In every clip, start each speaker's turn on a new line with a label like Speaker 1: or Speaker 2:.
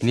Speaker 1: 你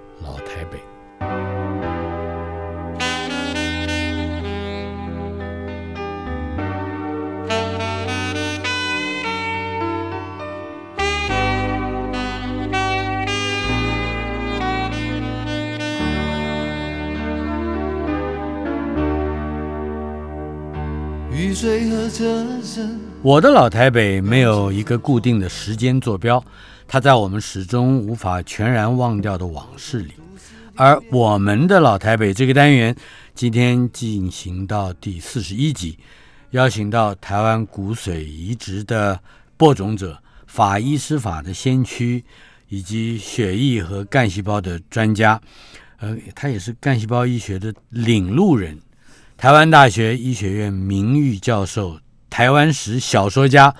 Speaker 2: 老台北》。
Speaker 3: 雨水和车声，
Speaker 2: 我的老台北没有一个固定的时间坐标，它在我们始终无法全然忘掉的往事里。而我们的老台北这个单元，今天进行到第四十一集，邀请到台湾骨髓移植的播种者、法医师法的先驱，以及血液和干细胞的专家。呃，他也是干细胞医学的领路人，台湾大学医学院名誉教授台湾史小说家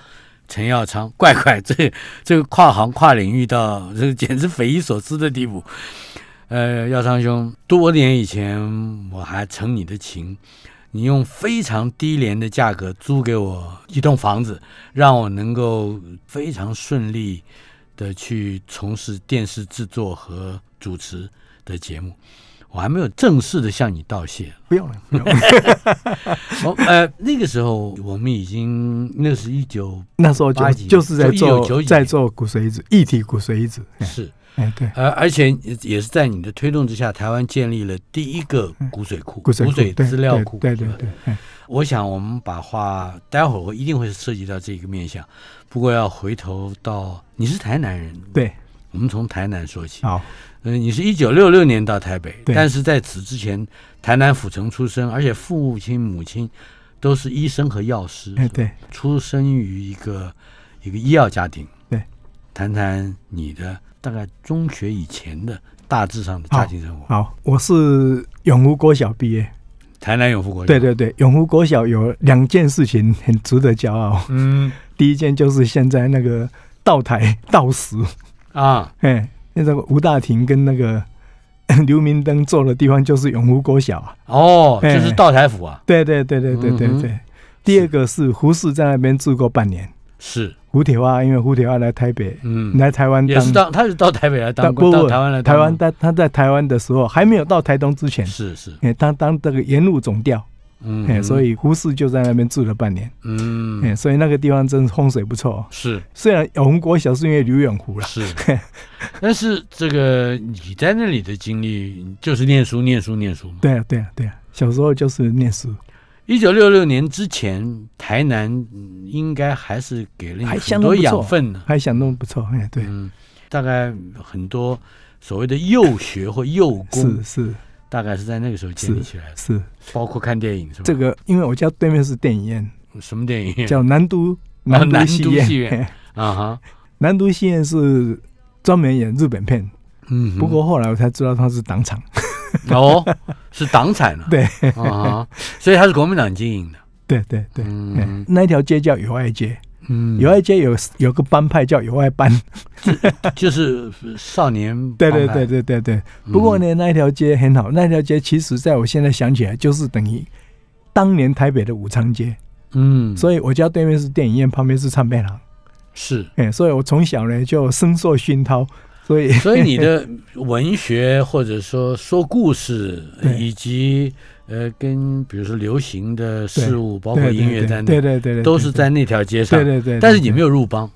Speaker 2: 陈耀昌，怪怪，这这个跨行跨领域到这个简直匪夷所思的地步。呃，耀昌兄，多年以前我还承你的情，你用非常低廉的价格租给我一栋房子，让我能够非常顺利的去从事电视制作和主持的节目。我还没有正式的向你道谢，
Speaker 4: 不用了，不用了。
Speaker 2: 哦，呃，那个时候我们已经，那是一九
Speaker 4: 那时候
Speaker 2: 八
Speaker 4: 就
Speaker 2: 几
Speaker 4: 就是在
Speaker 2: 就1990
Speaker 4: 做
Speaker 2: 年
Speaker 4: 在做骨髓移植，一体骨髓移植。哎
Speaker 2: 是，
Speaker 4: 哎，对，
Speaker 2: 呃而而且也是在你的推动之下，台湾建立了第一个骨髓库、
Speaker 4: 嗯骨髓库对
Speaker 2: 资料库。
Speaker 4: 对
Speaker 2: 是
Speaker 4: 对
Speaker 2: 吧
Speaker 4: 对。对，哎
Speaker 2: 我想我们把话，待会儿我一定会涉及到这个面向，不过要回头到你是台南人，
Speaker 4: 对，
Speaker 2: 我们从台南说起。
Speaker 4: 好，
Speaker 2: 嗯，你是一九六六年到台北，
Speaker 4: 啊对
Speaker 2: 但是在此之前，台南府城出生，而且父亲母亲都是医生和药师。
Speaker 4: 哎，对，
Speaker 2: 出生于一个一个医药家庭。
Speaker 4: 对，
Speaker 2: 谈谈你的大概中学以前的大致上的家庭生活。
Speaker 4: 好，我是永福国小毕业。
Speaker 2: 台南永福国小
Speaker 4: 对，对对，永福国小有两件事情很值得骄傲。
Speaker 2: 嗯
Speaker 4: 第一件就是现在那个道台道石，
Speaker 2: 啊，
Speaker 4: 哎，那个吴大廷跟那个 刘明灯做的地方就是永福国小啊。
Speaker 2: 哦，
Speaker 4: 哎
Speaker 2: 就是道台府啊，
Speaker 4: 对对对对对对
Speaker 2: 嗯哼
Speaker 4: 对。第二个是胡适在那边住过半年。
Speaker 2: 是，
Speaker 4: 胡铁花，因为胡铁花来台北，
Speaker 2: 嗯，
Speaker 4: 来台湾
Speaker 2: 也
Speaker 4: 当
Speaker 2: 是到他是到台北来当
Speaker 4: 当
Speaker 2: 官，
Speaker 4: 不
Speaker 2: 到
Speaker 4: 不
Speaker 2: 台湾来当
Speaker 4: 台湾
Speaker 2: 官
Speaker 4: 他他在台湾的时候还没有到台东之前，
Speaker 2: 是是，
Speaker 4: 哎，他当这个沿路总调，
Speaker 2: 嗯
Speaker 4: 哎，
Speaker 2: 哼，
Speaker 4: 所以胡适就在那边住了半年，
Speaker 2: 嗯
Speaker 4: 哎，所以那个地方真是风水不错哦。
Speaker 2: 是
Speaker 4: 虽然永国小是因为刘远湖了，
Speaker 2: 是，但是这个你在那里的经历就是念书念书念书嘛。
Speaker 4: 对啊对啊对啊，小时候就是念书，
Speaker 2: 一九六六年之前，台南嗯应该还是给了你
Speaker 4: 还
Speaker 2: 很
Speaker 4: 相当
Speaker 2: 多
Speaker 4: 不错
Speaker 2: 养分呢。
Speaker 4: 还想弄不错，哎，对，
Speaker 2: 嗯，大概很多所谓的幼学或幼工
Speaker 4: 是，是
Speaker 2: 大概是在那个时候建立起来的，
Speaker 4: 是，
Speaker 2: 包括看电影是吧？
Speaker 4: 这个因为我家对面是电影院，
Speaker 2: 什么电影院？
Speaker 4: 叫南都
Speaker 2: 嗯哦南
Speaker 4: 都戏
Speaker 2: 都
Speaker 4: 院，
Speaker 2: 戏院
Speaker 4: 哎
Speaker 2: 啊哈，
Speaker 4: 南都戏院是专门演日本片。
Speaker 2: 嗯哼，
Speaker 4: 不过后来我才知道他是党产，
Speaker 2: 哦，是党产啊，
Speaker 4: 对
Speaker 2: 啊哈，所以他是国民党经营的，
Speaker 4: 对对对，嗯
Speaker 2: 嗯
Speaker 4: 那一条街叫友爱街，
Speaker 2: 嗯，
Speaker 4: 友爱街有有个帮派叫友爱班，
Speaker 2: 就是少年帮
Speaker 4: 对对
Speaker 2: 派
Speaker 4: 对，对对对。嗯不过呢，那一条街很好，那一条街其实在我现在想起来，就是等于当年台北的武昌街，
Speaker 2: 嗯，以
Speaker 4: 所以我家对面是电影院，旁边是唱片行，
Speaker 2: 是，
Speaker 4: 哎，所以我从小呢就深受熏陶，所以
Speaker 2: 所以你的文学或者说说故事，
Speaker 4: 对
Speaker 2: 以及呃跟比如说流行的
Speaker 4: 对
Speaker 2: 事物，包括
Speaker 4: 对对
Speaker 2: 音乐
Speaker 4: 对
Speaker 2: 在内
Speaker 4: 对，对对对，
Speaker 2: 都是
Speaker 4: 对
Speaker 2: 在那条街上
Speaker 4: 对。对对，
Speaker 2: 但是你没
Speaker 4: 有
Speaker 2: 有入帮，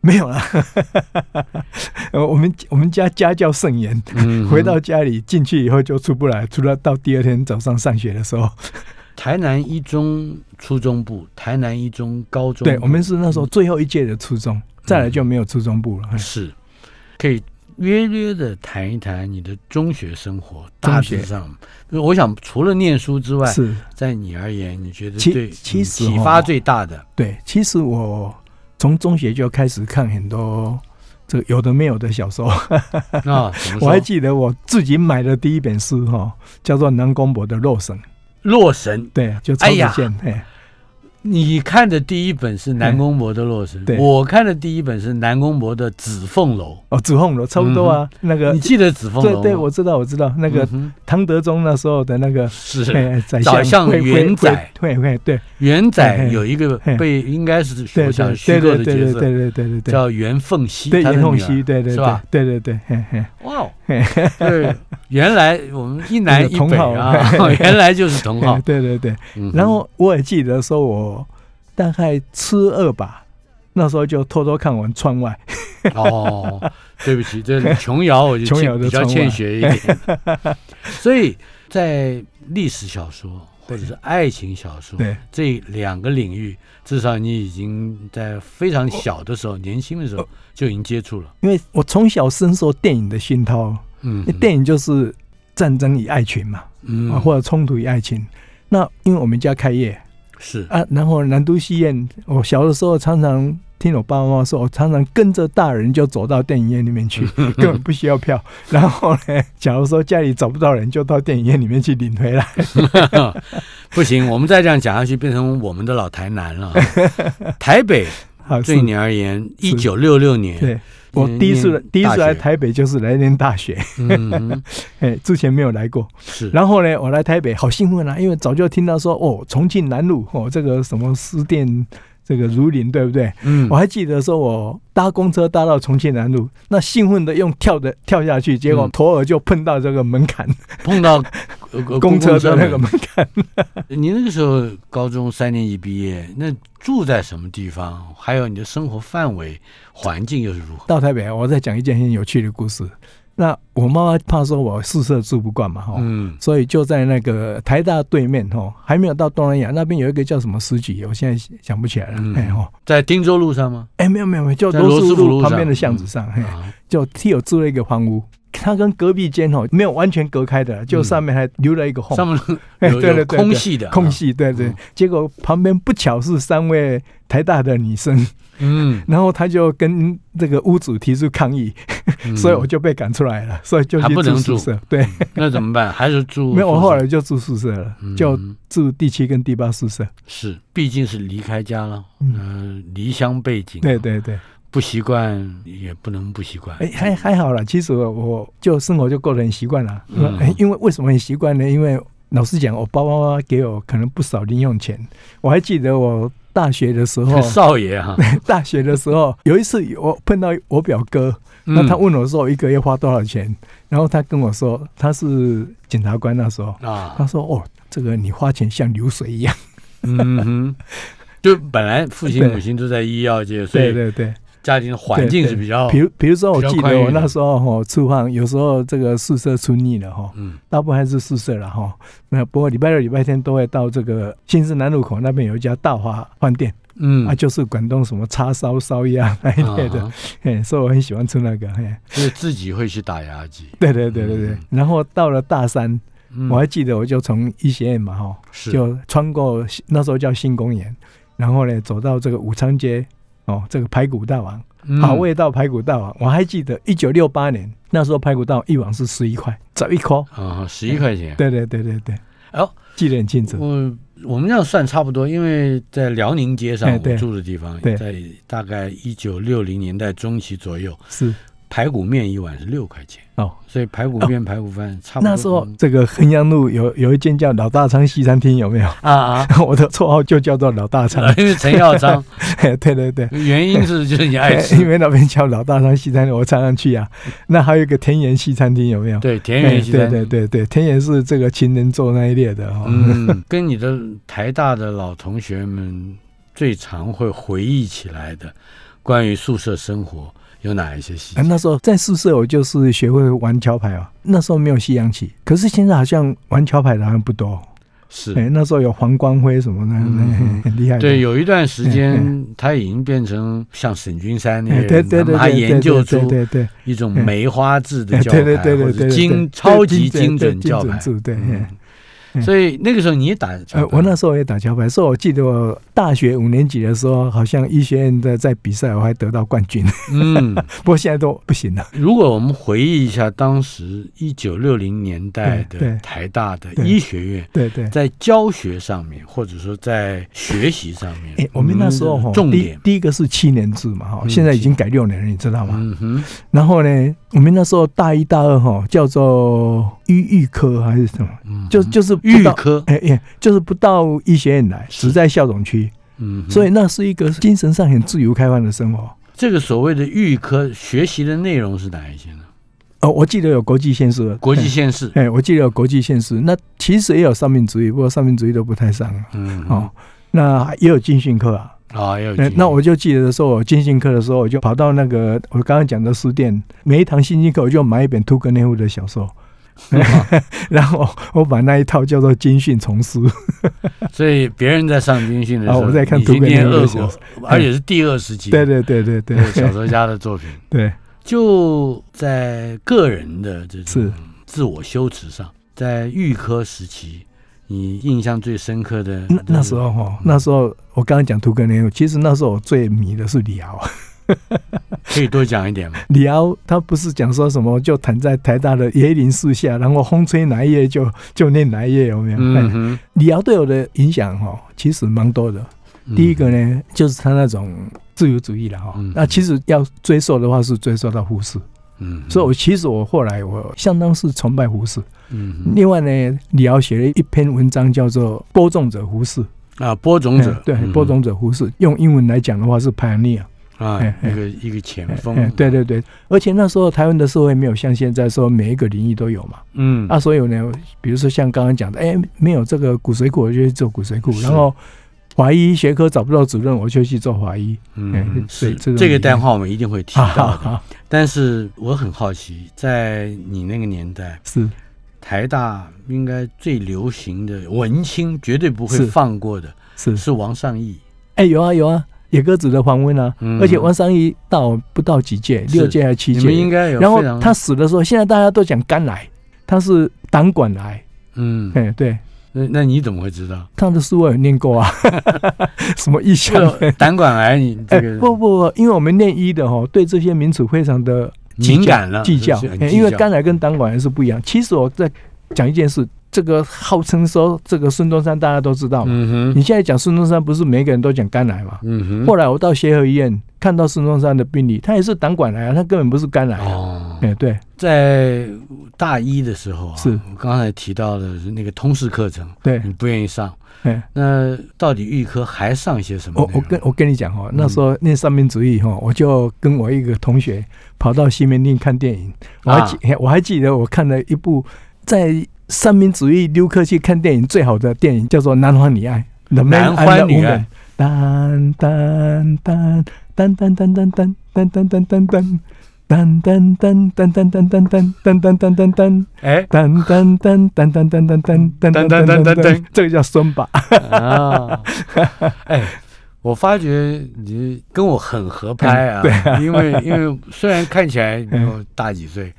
Speaker 4: 没有了，呃 我们我们家家教甚严，
Speaker 2: 嗯
Speaker 4: 回到家里进去以后就出不来，除了到第二天早上上学的时候。
Speaker 2: 台南一中初中部、台南一中高中部，嗯
Speaker 4: 对，我们是那时候最后一届的初中，再来就没有初中部了。
Speaker 2: 是可以约略的谈一谈你的中学生活，大致上，我想除了念书之外，
Speaker 4: 是，
Speaker 2: 在你而言，你觉得
Speaker 4: 其
Speaker 2: 对
Speaker 4: 其
Speaker 2: 你
Speaker 4: 实
Speaker 2: 启
Speaker 4: 哦
Speaker 2: 发最大 的，
Speaker 4: 对。其实我从中学就开始看很多这个有的没有的小说，
Speaker 2: 啊那怎么
Speaker 4: 我还
Speaker 2: 说？
Speaker 4: 记得我自己买的第一本书哈、叫做南宫博的《肉身》。
Speaker 2: 洛神，
Speaker 4: 对，就超
Speaker 2: 哎呀
Speaker 4: 子线，哎，
Speaker 2: 你看的第一本是南宫博的《洛神
Speaker 4: 对》，
Speaker 2: 我看的第一本是南宫博的《紫凤楼
Speaker 4: 哦，紫凤楼差不多啊，那》。个
Speaker 2: 嗯你，记得紫凤楼
Speaker 4: 对
Speaker 2: 吗？
Speaker 4: 对，我知道，我知道，那个
Speaker 2: 嗯哼
Speaker 4: 唐德宗那时候的那个，
Speaker 2: 是
Speaker 4: 哎，宰
Speaker 2: 宰相
Speaker 4: 会
Speaker 2: 元
Speaker 4: 会
Speaker 2: 宰
Speaker 4: 会会对
Speaker 2: 元仔
Speaker 4: 嘿嘿
Speaker 2: 有一个
Speaker 4: 嘿
Speaker 2: 被应该是
Speaker 4: 对
Speaker 2: 我想
Speaker 4: 对
Speaker 2: 虚
Speaker 4: 对
Speaker 2: 构
Speaker 4: 对
Speaker 2: 的
Speaker 4: 对
Speaker 2: 角
Speaker 4: 对
Speaker 2: 色，
Speaker 4: 对对对对，
Speaker 2: 叫袁凤熙，
Speaker 4: 对
Speaker 2: 他的
Speaker 4: 严凤
Speaker 2: 女儿
Speaker 4: 熙，对对
Speaker 2: 是
Speaker 4: 对
Speaker 2: 吧？
Speaker 4: 对对对，嘿嘿，
Speaker 2: 哇 哦，对，原来我们一南
Speaker 4: 那个
Speaker 2: 一
Speaker 4: 同
Speaker 2: 北
Speaker 4: 好
Speaker 2: 啊， 原来就是 同好
Speaker 4: 嘿。对对对。
Speaker 2: 嗯哼
Speaker 4: 然后我也记得说，我大概初二吧，那时候就偷偷看完窗外，
Speaker 2: 哦，对不起，这琼瑶我就
Speaker 4: 琼瑶
Speaker 2: 欠
Speaker 4: 的
Speaker 2: 比较
Speaker 4: 窗外
Speaker 2: 欠学一点。所以在历史小说或者是爱情小说
Speaker 4: 对
Speaker 2: 这两个领域，至少你已经在非常小的时候、年轻的时
Speaker 4: 哦
Speaker 2: 候就已经接触了。
Speaker 4: 因为我从小深受电影的熏陶，
Speaker 2: 嗯
Speaker 4: 那，电影就是战争与爱情嘛，
Speaker 2: 嗯
Speaker 4: 呃啊，或者冲突与爱情。那因为我们家开业
Speaker 2: 是
Speaker 4: 啊，然后南都戏院，我小的时候常常听我爸爸妈妈说，我常常跟着大人就走到电影院里面 去，根本不需要票。然后呢，假如说家里找不到人，就到电影院里面去领回来。
Speaker 2: 不行，我们再这样讲下去，变成我们的老台南 了。台北
Speaker 4: 啊，
Speaker 2: 对
Speaker 4: 是
Speaker 2: 你而言，一九六六年，
Speaker 4: 对。我第一次来
Speaker 2: 嗯念
Speaker 4: 第一次
Speaker 2: 大
Speaker 4: 来
Speaker 2: 学
Speaker 4: 台北就是来念大学，
Speaker 2: 嗯哼，
Speaker 4: 哎，之前没有来过。
Speaker 2: 是，
Speaker 4: 然后呢，我来台北好兴奋啊，因为早就听到说哦，重庆南路哦，这个什么私店，这个如林，对不对？
Speaker 2: 嗯
Speaker 4: 我还记得说我搭公车搭到重庆南路，那兴奋的用跳的跳下去，结果
Speaker 2: 嗯
Speaker 4: 头儿就碰到这个门槛，
Speaker 2: 碰到 呃呃
Speaker 4: 公车的那
Speaker 2: 门
Speaker 4: 个门槛。
Speaker 2: 你那个时候高中三年级毕业，那住在什么地方？还有你的生活范围、环境又是如何？
Speaker 4: 到台北，我再讲一件很有趣的故事。那我妈妈怕说我宿舍住不惯嘛，哈、哦
Speaker 2: 嗯，
Speaker 4: 所以就在那个台大对面哦，还没有到东南亚那边有一个叫什么书局，我现在想不起来了。
Speaker 2: 嗯
Speaker 4: 哎哦，
Speaker 2: 在汀州路上吗？
Speaker 4: 哎没有没有没有，就
Speaker 2: 在罗
Speaker 4: 罗
Speaker 2: 斯
Speaker 4: 斯
Speaker 2: 福路
Speaker 4: 路旁
Speaker 2: 上
Speaker 4: 边的巷子上，嘿，哦
Speaker 2: 啊，
Speaker 4: 就替我租了一个房屋。它跟隔壁间哦没有完全隔开的，就上面还留了一个
Speaker 2: 上
Speaker 4: 空
Speaker 2: 面
Speaker 4: 哎
Speaker 2: 有
Speaker 4: 对
Speaker 2: 有
Speaker 4: 对对
Speaker 2: 空隙的
Speaker 4: 空，隙，对对
Speaker 2: 嗯。
Speaker 4: 结果旁边不巧是三位台大的女生，
Speaker 2: 啊嗯，
Speaker 4: 然后她就跟这个屋主提出抗议，
Speaker 2: 嗯
Speaker 4: 所以我就被赶出来了，所以就
Speaker 2: 还
Speaker 4: 去
Speaker 2: 不能
Speaker 4: 住宿
Speaker 2: 住嗯
Speaker 4: 舍。对，
Speaker 2: 那怎么办？还是住
Speaker 4: 没有，我
Speaker 2: 宿舍
Speaker 4: 后来就住宿舍了，就
Speaker 2: 嗯
Speaker 4: 住第七跟第八宿舍。
Speaker 2: 是，毕竟是离开家了，
Speaker 4: 嗯
Speaker 2: 嗯，离乡背景，
Speaker 4: 对，对对，
Speaker 2: 不习惯也不能不习惯
Speaker 4: 哎，，还还好啦。其实我我就生活就过得很习惯了。
Speaker 2: 嗯，
Speaker 4: 哎因为为什么很习惯呢？因为老实讲，我爸爸妈妈给我可能不少零用钱。我还记得我大学的时候
Speaker 2: 少爷啊哈，
Speaker 4: 大学的时候有一次我碰到我表哥，那
Speaker 2: 嗯
Speaker 4: 他问我说我一个月花多少钱，然后他跟我说他是检察官那时候，
Speaker 2: 啊，
Speaker 4: 他说哦，这个你花钱像流水一样。
Speaker 2: 嗯哼，就本来父亲
Speaker 4: 对
Speaker 2: 母亲都在医药界，所
Speaker 4: 对
Speaker 2: 以
Speaker 4: 对对。
Speaker 2: 家庭的环境
Speaker 4: 对对
Speaker 2: 是比较，
Speaker 4: 比如比如说，我
Speaker 2: 比较
Speaker 4: 记
Speaker 2: 宽
Speaker 4: 得
Speaker 2: 裕
Speaker 4: 我
Speaker 2: 的
Speaker 4: 那时候哈吃饭，有时候这个宿舍出腻了哈，
Speaker 2: 嗯
Speaker 4: 大部分还是宿舍了哈。那不过礼拜六、礼拜天都会到这个新市南路口那边有一家大华饭店、
Speaker 2: 嗯
Speaker 4: 啊， 就是广东什么叉烧、烧鸭那一类的，
Speaker 2: 啊
Speaker 4: 嘿，所以我很喜欢吃那个。嘿，
Speaker 2: 就是自己会去打牙祭。
Speaker 4: 对对对对对。
Speaker 2: 嗯
Speaker 4: 然后到了大三，
Speaker 2: 嗯
Speaker 4: 我还记得我就从医学院嘛哈，
Speaker 2: 是
Speaker 4: 就穿过新那时候叫新公园，然后呢走到这个武昌街哦，这个排骨大王。
Speaker 2: 嗯
Speaker 4: 好，味道排骨大王，我还记得一九六八年那时候排骨大王一碗是十一块，找一颗。
Speaker 2: 啊，十一块钱。
Speaker 4: 对对对对对，
Speaker 2: 哦，
Speaker 4: 记得很清楚。
Speaker 2: 我我们这样算差不多，因为在辽宁街上
Speaker 4: 哎
Speaker 2: 我
Speaker 4: 对
Speaker 2: 住的地方，
Speaker 4: 对
Speaker 2: 在大概一九六零年代中期左右，
Speaker 4: 是
Speaker 2: 排骨面一碗是六块钱，
Speaker 4: 哦，
Speaker 2: 所以排骨面、排骨饭差不多。
Speaker 4: 那时候这个衡阳路有有一间叫老大昌西餐厅，有没 有？
Speaker 2: 啊啊，
Speaker 4: 我的绰号就叫做老大昌。
Speaker 2: 因为陈耀章，
Speaker 4: 嘿 对对对。
Speaker 2: 原因是哎就是你 爱
Speaker 4: 哎因
Speaker 2: 吃，
Speaker 4: 为那边叫老大昌西餐厅，我常常去啊。那还有一个田园西餐厅，有没有？
Speaker 2: 对田
Speaker 4: 哎，
Speaker 2: 园西餐
Speaker 4: 对对对对，田园是这个情人座那一列的哦。
Speaker 2: 嗯，跟你的台大的老同学们最常会回忆起来的关于宿舍生活有哪一些细
Speaker 4: 啊，
Speaker 2: 节？
Speaker 4: 那时候在宿舍，我就是学会玩桥牌啊。那时候没有西洋棋，可是现在好像玩桥牌的好像不多。哎、
Speaker 2: 是
Speaker 4: 那时候有黄光辉什么的，
Speaker 2: 嗯
Speaker 4: 很厉害的。
Speaker 2: 对，有一段时
Speaker 4: 嗯
Speaker 2: 间，他已经变成像沈君山那
Speaker 4: 哎，
Speaker 2: 些
Speaker 4: 对
Speaker 2: 人，
Speaker 4: 对对对，
Speaker 2: 他研究出
Speaker 4: 对对对
Speaker 2: 一种
Speaker 4: 嗯
Speaker 2: 梅花制的
Speaker 4: 对
Speaker 2: 教
Speaker 4: 对对
Speaker 2: 派，
Speaker 4: 对
Speaker 2: 或
Speaker 4: 对
Speaker 2: 者
Speaker 4: 对，
Speaker 2: 精
Speaker 4: 对
Speaker 2: 超级
Speaker 4: 精
Speaker 2: 精准教派。
Speaker 4: 对，
Speaker 2: 嗯
Speaker 4: 哎嗯
Speaker 2: 所以那个时候你也打桥
Speaker 4: 呃，
Speaker 2: 牌
Speaker 4: 我那时候也打桥牌，所以我记得我大学五年级的时候，好像医学院的在比赛，我还得到冠军。
Speaker 2: 嗯，
Speaker 4: 不过现在都不行了。
Speaker 2: 如果我们回忆一下当时一九六零年代
Speaker 4: 对
Speaker 2: 的
Speaker 4: 对
Speaker 2: 台大的
Speaker 4: 对
Speaker 2: 医学院，
Speaker 4: 对对，
Speaker 2: 在教学上面，或者说在学习上面，嗯
Speaker 4: 哎，我们那时候哈，
Speaker 2: 重
Speaker 4: 第
Speaker 2: 点，
Speaker 4: 第一个是七年制嘛哈，
Speaker 2: 嗯
Speaker 4: 现在已经改六年了，你知道吗？
Speaker 2: 嗯哼，
Speaker 4: 然后呢，我们那时候大一大二哈，叫做医育科还是什么，
Speaker 2: 嗯哼
Speaker 4: 就就是不
Speaker 2: 预
Speaker 4: 到
Speaker 2: 科，
Speaker 4: 哎哎，就是不到医学院来，只在校总区，
Speaker 2: 嗯哼，
Speaker 4: 所以那是一个精神上很自由开放的生活。
Speaker 2: 这个所谓的预科学习的内容是哪一些呢？
Speaker 4: 哦，我记得有国际现实，
Speaker 2: 国际
Speaker 4: 哎
Speaker 2: 现实，
Speaker 4: 哎，我记得有国际现实，那其实也有三民主义，不过三民主义都不太上了
Speaker 2: 嗯哼，
Speaker 4: 哦。那也有军训课啊，
Speaker 2: 啊，要有
Speaker 4: 哎
Speaker 2: 经
Speaker 4: 那
Speaker 2: 验
Speaker 4: 我就记得的时候，我军训课的时候，我就跑到那个我刚刚讲的书店，每一堂新训课我就买一本图格内夫的小说，
Speaker 2: 嗯
Speaker 4: 然后我把那一套叫做《军训丛书》，
Speaker 2: 所以别人在上军训的时候，
Speaker 4: 啊我在看
Speaker 2: 你已经
Speaker 4: 杜根
Speaker 2: 念
Speaker 4: 尼的
Speaker 2: 俄
Speaker 4: 小
Speaker 2: 国，而且是第二时期，
Speaker 4: 对对对对
Speaker 2: 对
Speaker 4: 对
Speaker 2: 小说家的 作品，
Speaker 4: 对，
Speaker 2: 就在个人的这种
Speaker 4: 是
Speaker 2: 自我羞耻上，在预科时期，你印象最深刻的
Speaker 4: 那那时候哈，那时候我刚刚讲图格内夫，其实那时候我最迷的是李敖。啊
Speaker 2: 可以多讲一点吗？
Speaker 4: 李敖他不是讲说什么就躺在台大的椰林树下，然后风吹哪一页就就念哪一页，有没有？
Speaker 2: 嗯
Speaker 4: 哎
Speaker 2: 哼，
Speaker 4: 李敖对我的影响哦，其实蛮多的。第一个呢，就是他那种自由主义了哈、
Speaker 2: 嗯
Speaker 4: 那其实要追溯的话，是追溯到胡适，
Speaker 2: 嗯，嗯，
Speaker 4: 所以我其实我后来我相当是崇拜胡适。
Speaker 2: 嗯
Speaker 4: 另外呢，李敖写了一篇文章叫做《播种者胡适》，
Speaker 2: 啊，播种者
Speaker 4: 哎，对，
Speaker 2: 嗯
Speaker 4: 播种者胡适，用英文来讲的话是 pioneer。
Speaker 2: 啊，
Speaker 4: 哎哎
Speaker 2: 一个一个前
Speaker 4: 哎
Speaker 2: 锋，
Speaker 4: 对，对对，而且那时候台湾的社会没有像现在说每一个领域都有嘛，啊
Speaker 2: 嗯
Speaker 4: 那所以呢，比如说像刚刚讲的，哎、没有这个骨髓库，我就去做骨髓库，
Speaker 2: 是
Speaker 4: 然后华医学科找不到主任，我就去做华医。
Speaker 2: 嗯
Speaker 4: 哎，
Speaker 2: 是
Speaker 4: 这这种
Speaker 2: 这个
Speaker 4: 理念
Speaker 2: 单话我们一定会提到的。
Speaker 4: 啊，
Speaker 2: 但是我很好奇，在你那个年代，
Speaker 4: 是
Speaker 2: 台大应该最流行的文青绝对不会
Speaker 4: 是
Speaker 2: 放过的
Speaker 4: 是，
Speaker 2: 是王上义，
Speaker 4: 哎、有啊有啊，野鸽子的黄昏啊，
Speaker 2: 嗯
Speaker 4: 而且王商一到不到几届，
Speaker 2: 是
Speaker 4: 六届还是七
Speaker 2: 你们应
Speaker 4: 届，
Speaker 2: 该有
Speaker 4: 然后
Speaker 2: 非常
Speaker 4: 他死的时候，现在大家都讲肝癌，他是胆管癌，
Speaker 2: 嗯，
Speaker 4: 哎、对，
Speaker 2: 那那你怎么会知 道？
Speaker 4: 他的书我有念过啊， 什么意向
Speaker 2: 这。个胆管癌，你这
Speaker 4: 哎、
Speaker 2: 个
Speaker 4: 不不不，因为我们念医的哈，对这些名词非常的
Speaker 2: 敏感了，
Speaker 4: 计较
Speaker 2: 是很，
Speaker 4: 哎
Speaker 2: 计
Speaker 4: 因为
Speaker 2: 较
Speaker 4: 肝癌跟胆管癌是不一样。其实我在讲一件事，这个号称说这个孙中山大家都知道嘛，
Speaker 2: 嗯哼
Speaker 4: 你现在讲孙中山不是每个人都讲肝癌嘛？
Speaker 2: 嗯哼
Speaker 4: 后来我到协和医院看到孙中山的病例，他也是胆管癌啊，他根本不是肝癌啊。
Speaker 2: 哦，
Speaker 4: 哎，对，
Speaker 2: 在大一的时候啊，
Speaker 4: 是
Speaker 2: 我刚才提到的是那个通识课程，
Speaker 4: 对
Speaker 2: 你不愿意上，
Speaker 4: 哎，
Speaker 2: 那到底预科还上些什么
Speaker 4: 我
Speaker 2: 内容？
Speaker 4: 我跟我跟你讲哦，那时候念三民主义哈，我就跟我一个同学跑到西门町看电影，我还记、我还记得我看了一部在三民主义溜客去看电影最好的电影叫做《男欢女爱》，The Man
Speaker 2: 男欢
Speaker 4: and the
Speaker 2: 女爱
Speaker 4: Woman。当当当当当当当当当当当当当。当当当当当当当当当当当当当
Speaker 2: 哎
Speaker 4: 当当当当当当当当当当当当，这个叫松吧？
Speaker 2: 啊，哎，我发觉你跟我很合拍啊，
Speaker 4: 嗯对
Speaker 2: 因为因为虽然看起来比
Speaker 4: 嗯
Speaker 2: 我大几岁，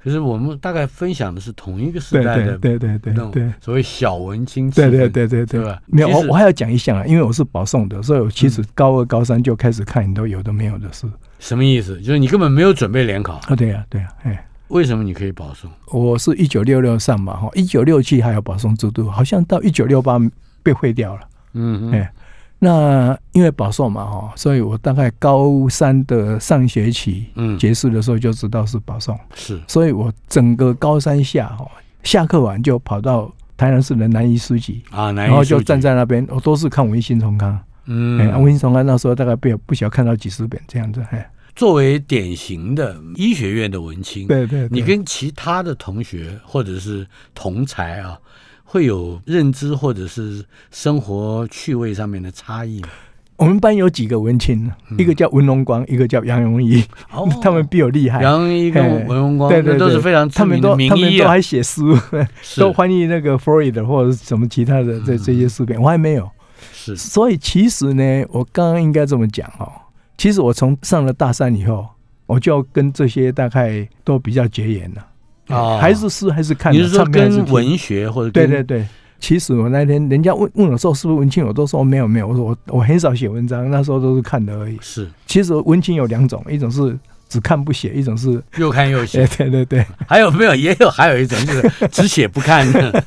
Speaker 2: 可是我们大概分享的是同一个时
Speaker 4: 对
Speaker 2: 代
Speaker 4: 对
Speaker 2: 的
Speaker 4: 对对对
Speaker 2: 那种
Speaker 4: 对。
Speaker 2: 所谓小文青气
Speaker 4: 对
Speaker 2: 氛，
Speaker 4: 对对对
Speaker 2: 对
Speaker 4: 对
Speaker 2: 吧
Speaker 4: 没有，我
Speaker 2: 其实
Speaker 4: 我还要讲一项啊，因为我是保送的，所以我其实高二、高三就开始看很多有的没有的事。
Speaker 2: 什么意思？就是你根本没有准备联考，
Speaker 4: 啊，对呀、对呀、哎，
Speaker 2: 为什么你可以保送？
Speaker 4: 我是一九六六上嘛，哈，一九六七还有保送制度，好像到一九六八被废掉了。
Speaker 2: 嗯哼
Speaker 4: 哎那因为保送嘛，哈，所以我大概高三的上学期
Speaker 2: 嗯，
Speaker 4: 结束的时候就知道是保送，
Speaker 2: 是
Speaker 4: 所以我整个高三下，哈，下课完就跑到台南市的南一书局，
Speaker 2: 啊，难以
Speaker 4: 然后就
Speaker 2: 数计
Speaker 4: 站在那边，我都是看文艺新重刊。哎，啊
Speaker 2: 嗯，
Speaker 4: 温馨松安那时候大概被不小看到几十本这样子，哎，
Speaker 2: 作为典型的医学院的文青，
Speaker 4: 对对，对
Speaker 2: 你跟其他的同学或者是同才啊，会有认知或者是生活趣味上面的差异吗？
Speaker 4: 我们班有几个文青，一个叫文龙光，一个叫杨荣仪，
Speaker 2: 嗯哦
Speaker 4: 他们比我厉害，
Speaker 2: 杨一跟
Speaker 4: 哎
Speaker 2: 文荣光，
Speaker 4: 对对
Speaker 2: 那都是
Speaker 4: 对
Speaker 2: 非常知
Speaker 4: 他们
Speaker 2: 名的
Speaker 4: 都
Speaker 2: 名
Speaker 4: 他们
Speaker 2: 医
Speaker 4: 都
Speaker 2: 啊，
Speaker 4: 还写 书，
Speaker 2: 是嗯
Speaker 4: 都翻译那个 Freud 或者是什么其他的这这些书本，我还没有。
Speaker 2: 是
Speaker 4: 所以其实呢，我刚刚应该这么讲哦，其实我从上了大三以后，我就跟这些大概都比较结缘了，
Speaker 2: 哦
Speaker 4: 还是诗还是看啊，
Speaker 2: 你是说
Speaker 4: 唱片还
Speaker 2: 跟
Speaker 4: 听
Speaker 2: 文学或者
Speaker 4: 对
Speaker 2: 跟
Speaker 4: 对对，其实我那天人家问问我说是不是文青，我都说没有没有，我说我我很少写文章，那时候都是看的而已。
Speaker 2: 是
Speaker 4: 其实文青有两种，一种是只看不写，一种是
Speaker 2: 又看又
Speaker 4: 对
Speaker 2: 写，
Speaker 4: 对对对，
Speaker 2: 还有没有？也有还有一种就是只写不看，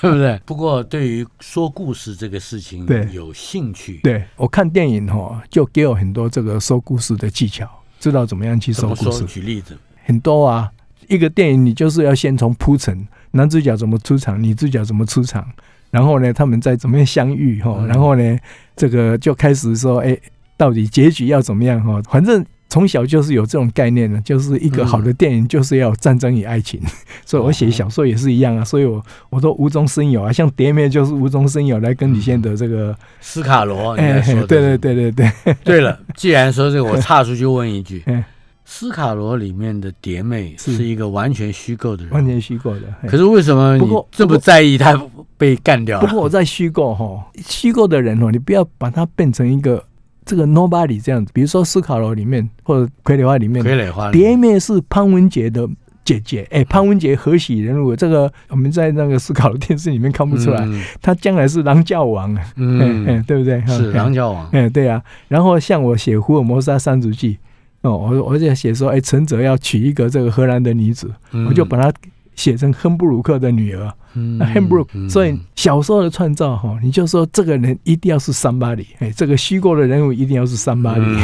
Speaker 2: 对不对？不过对于说故事这个事情
Speaker 4: 对
Speaker 2: 有兴趣，
Speaker 4: 对我看电影哈，就给我很多这个说故事的技巧，知道怎么样去
Speaker 2: 怎
Speaker 4: 说
Speaker 2: 么
Speaker 4: 故
Speaker 2: 说？
Speaker 4: 事，
Speaker 2: 举例子，
Speaker 4: 很多啊。一个电影你就是要先从铺陈，男主角怎么出场，女主角怎么出场，然后呢，他们再怎么样相遇哈，
Speaker 2: 嗯
Speaker 4: 然后呢，这个就开始说，哎，到底结局要怎么样哈？反正从小就是有这种概念的，就是一个好的电影就是要有战争与爱情， 所以我写小说也是一样啊，所以我我都无中生有啊，像《蝶灭》就是无中生有来跟李现德这个，
Speaker 2: 斯卡哦罗，你
Speaker 4: 哎
Speaker 2: 在，说的
Speaker 4: 对对对对对。
Speaker 2: 对了，既然说这个，我岔出去问一 句
Speaker 4: 嗯：
Speaker 2: 斯卡罗里面的蝶妹
Speaker 4: 是
Speaker 2: 是一个完全虚构的
Speaker 4: 完
Speaker 2: 人，
Speaker 4: 全虚构的。嘿
Speaker 2: 可是为什么
Speaker 4: 不
Speaker 2: 你
Speaker 4: 过
Speaker 2: 这么在意她被干掉
Speaker 4: 不
Speaker 2: 了？
Speaker 4: 过我在虚构哈，虚构的人哦，你不要把它变成一个这个 nobody 这样子。比如说斯卡罗里面或者傀儡花里 面，
Speaker 2: 傀儡花
Speaker 4: 蝶妹是潘文杰的姐姐，哎，潘文杰何喜人物，这个我们在那个斯卡罗电视里面看不出来，，他将来是狼教王啊，
Speaker 2: 嗯，
Speaker 4: 嗯，
Speaker 2: 嗯
Speaker 4: 对不对？
Speaker 2: 是
Speaker 4: 嗯
Speaker 2: 狼教王，
Speaker 4: 哎，对啊。然后像我写《福尔摩沙三足记》，哦，我我就写说，哎，陈哲要娶一个这个荷兰的女子，
Speaker 2: 嗯
Speaker 4: 我就把她写成亨布鲁克的女儿。那
Speaker 2: 嗯
Speaker 4: h a m b r o o k 所以小时候的创造哈，你就说这个人一定要是 somebody，哎，这个虚构的人物一定要是 somebody，、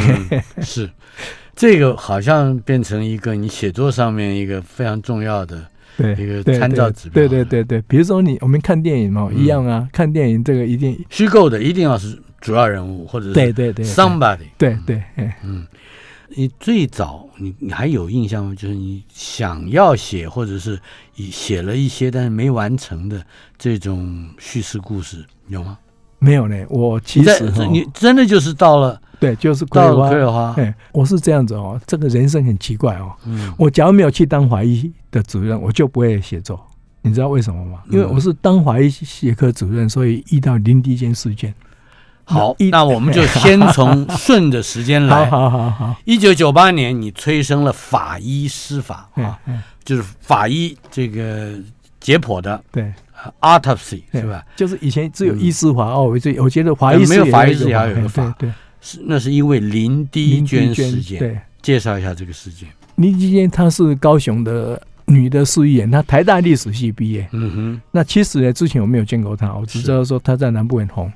Speaker 2: 里是 这个好像变成一个你写作上面一个非常重要的，
Speaker 4: 对
Speaker 2: 一个
Speaker 4: 对
Speaker 2: 参照指标
Speaker 4: 对对对对，比如说你我们看电影哦，
Speaker 2: 嗯
Speaker 4: 一样啊，看电影这个一定
Speaker 2: 虚构的，一定要是主要人物或者
Speaker 4: 对
Speaker 2: 是
Speaker 4: 对对
Speaker 2: somebody。
Speaker 4: 对对，哎，
Speaker 2: 你最早你你还有印象吗？就是你想要写，或者是你写了一些但是没完成的这种叙事故事，有吗？
Speaker 4: 没有呢，我其
Speaker 2: 你在
Speaker 4: 实哈
Speaker 2: 你真的就是到了
Speaker 4: 对就是葵
Speaker 2: 到了
Speaker 4: 花
Speaker 2: 葵，花，
Speaker 4: 哎，我是这样子哦，这个人生很奇怪哦，
Speaker 2: 嗯
Speaker 4: 我假如没有去当华医的主任，我就不会写作。你知道为什么吗？因为
Speaker 2: 嗯
Speaker 4: 我是当华医学科主任，所以遇到林地间事件。
Speaker 2: 好，
Speaker 4: 一
Speaker 2: 那我们就先从顺着时间
Speaker 4: 好
Speaker 2: 来。
Speaker 4: 好好好，
Speaker 2: 一九九八年，你催生了法医师法
Speaker 4: 嗯
Speaker 2: 啊，
Speaker 4: 嗯，
Speaker 2: 就是法医这个解剖的
Speaker 4: 对。
Speaker 2: 呃 autopsy
Speaker 4: 对
Speaker 2: 是吧？？
Speaker 4: 就是以前只有
Speaker 2: 嗯
Speaker 4: 医师法哦，我最我觉得法医
Speaker 2: 没有法医
Speaker 4: 师
Speaker 2: 师也要有个法
Speaker 4: 对，
Speaker 2: 是那是因为林滴
Speaker 4: 林
Speaker 2: 娟
Speaker 4: 娟
Speaker 2: 事件，
Speaker 4: 对，
Speaker 2: 介绍一下这个事件。
Speaker 4: 林基娟她是高雄的女的市议员，她台大历史系毕业。
Speaker 2: 嗯哼。
Speaker 4: 那其实呢，之前我没有见过她，我只知道说她在南部很红。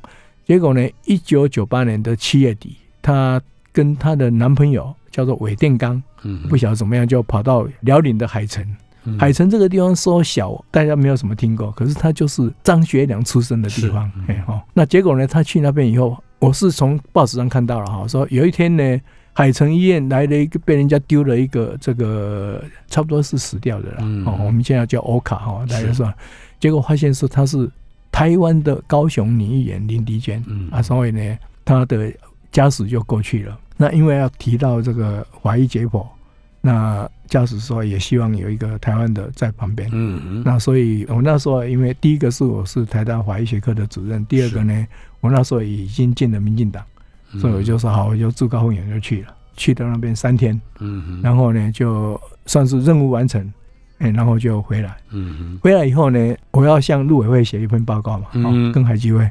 Speaker 4: 结果呢，一九九八年的七月底，她跟她的男朋友叫做韦电刚，
Speaker 2: 嗯，
Speaker 4: 不晓得怎么样就跑到辽宁的海城。
Speaker 2: 嗯
Speaker 4: 海城这个地方说小，大家没有什么听过，可是它就是张学良出生的地方
Speaker 2: 是嗯，
Speaker 4: 哎哦。那结果呢，他去那边以后，我是从报纸上看到了哈，说有一天呢，海城医院来了一个被人家丢了一个这个差不多是死掉的啦，
Speaker 2: 嗯
Speaker 4: 哦，我们现在叫欧卡哈，大家
Speaker 2: 是
Speaker 4: 说，结果发现说他是台湾的高雄女议员林迪娟，
Speaker 2: 嗯
Speaker 4: 啊，所以呢，他的家属就过去了。那因为要提到这个华裔解剖，那家属说也希望有一个台湾的在旁边。
Speaker 2: 嗯哼，
Speaker 4: 那所以我那时候，因为第一个是我是台大华裔学科的主任，第二个呢，我那时候已经进了民进党，
Speaker 2: 嗯
Speaker 4: 所以我就说好，我就自告奋勇就去了。去到那边三天，
Speaker 2: 嗯哼，
Speaker 4: 然后呢就算是任务完成，哎、然后就回来。
Speaker 2: 嗯
Speaker 4: 回来以后呢，我要向陆委会写一份报告嘛，
Speaker 2: 嗯
Speaker 4: 哦，跟海基会。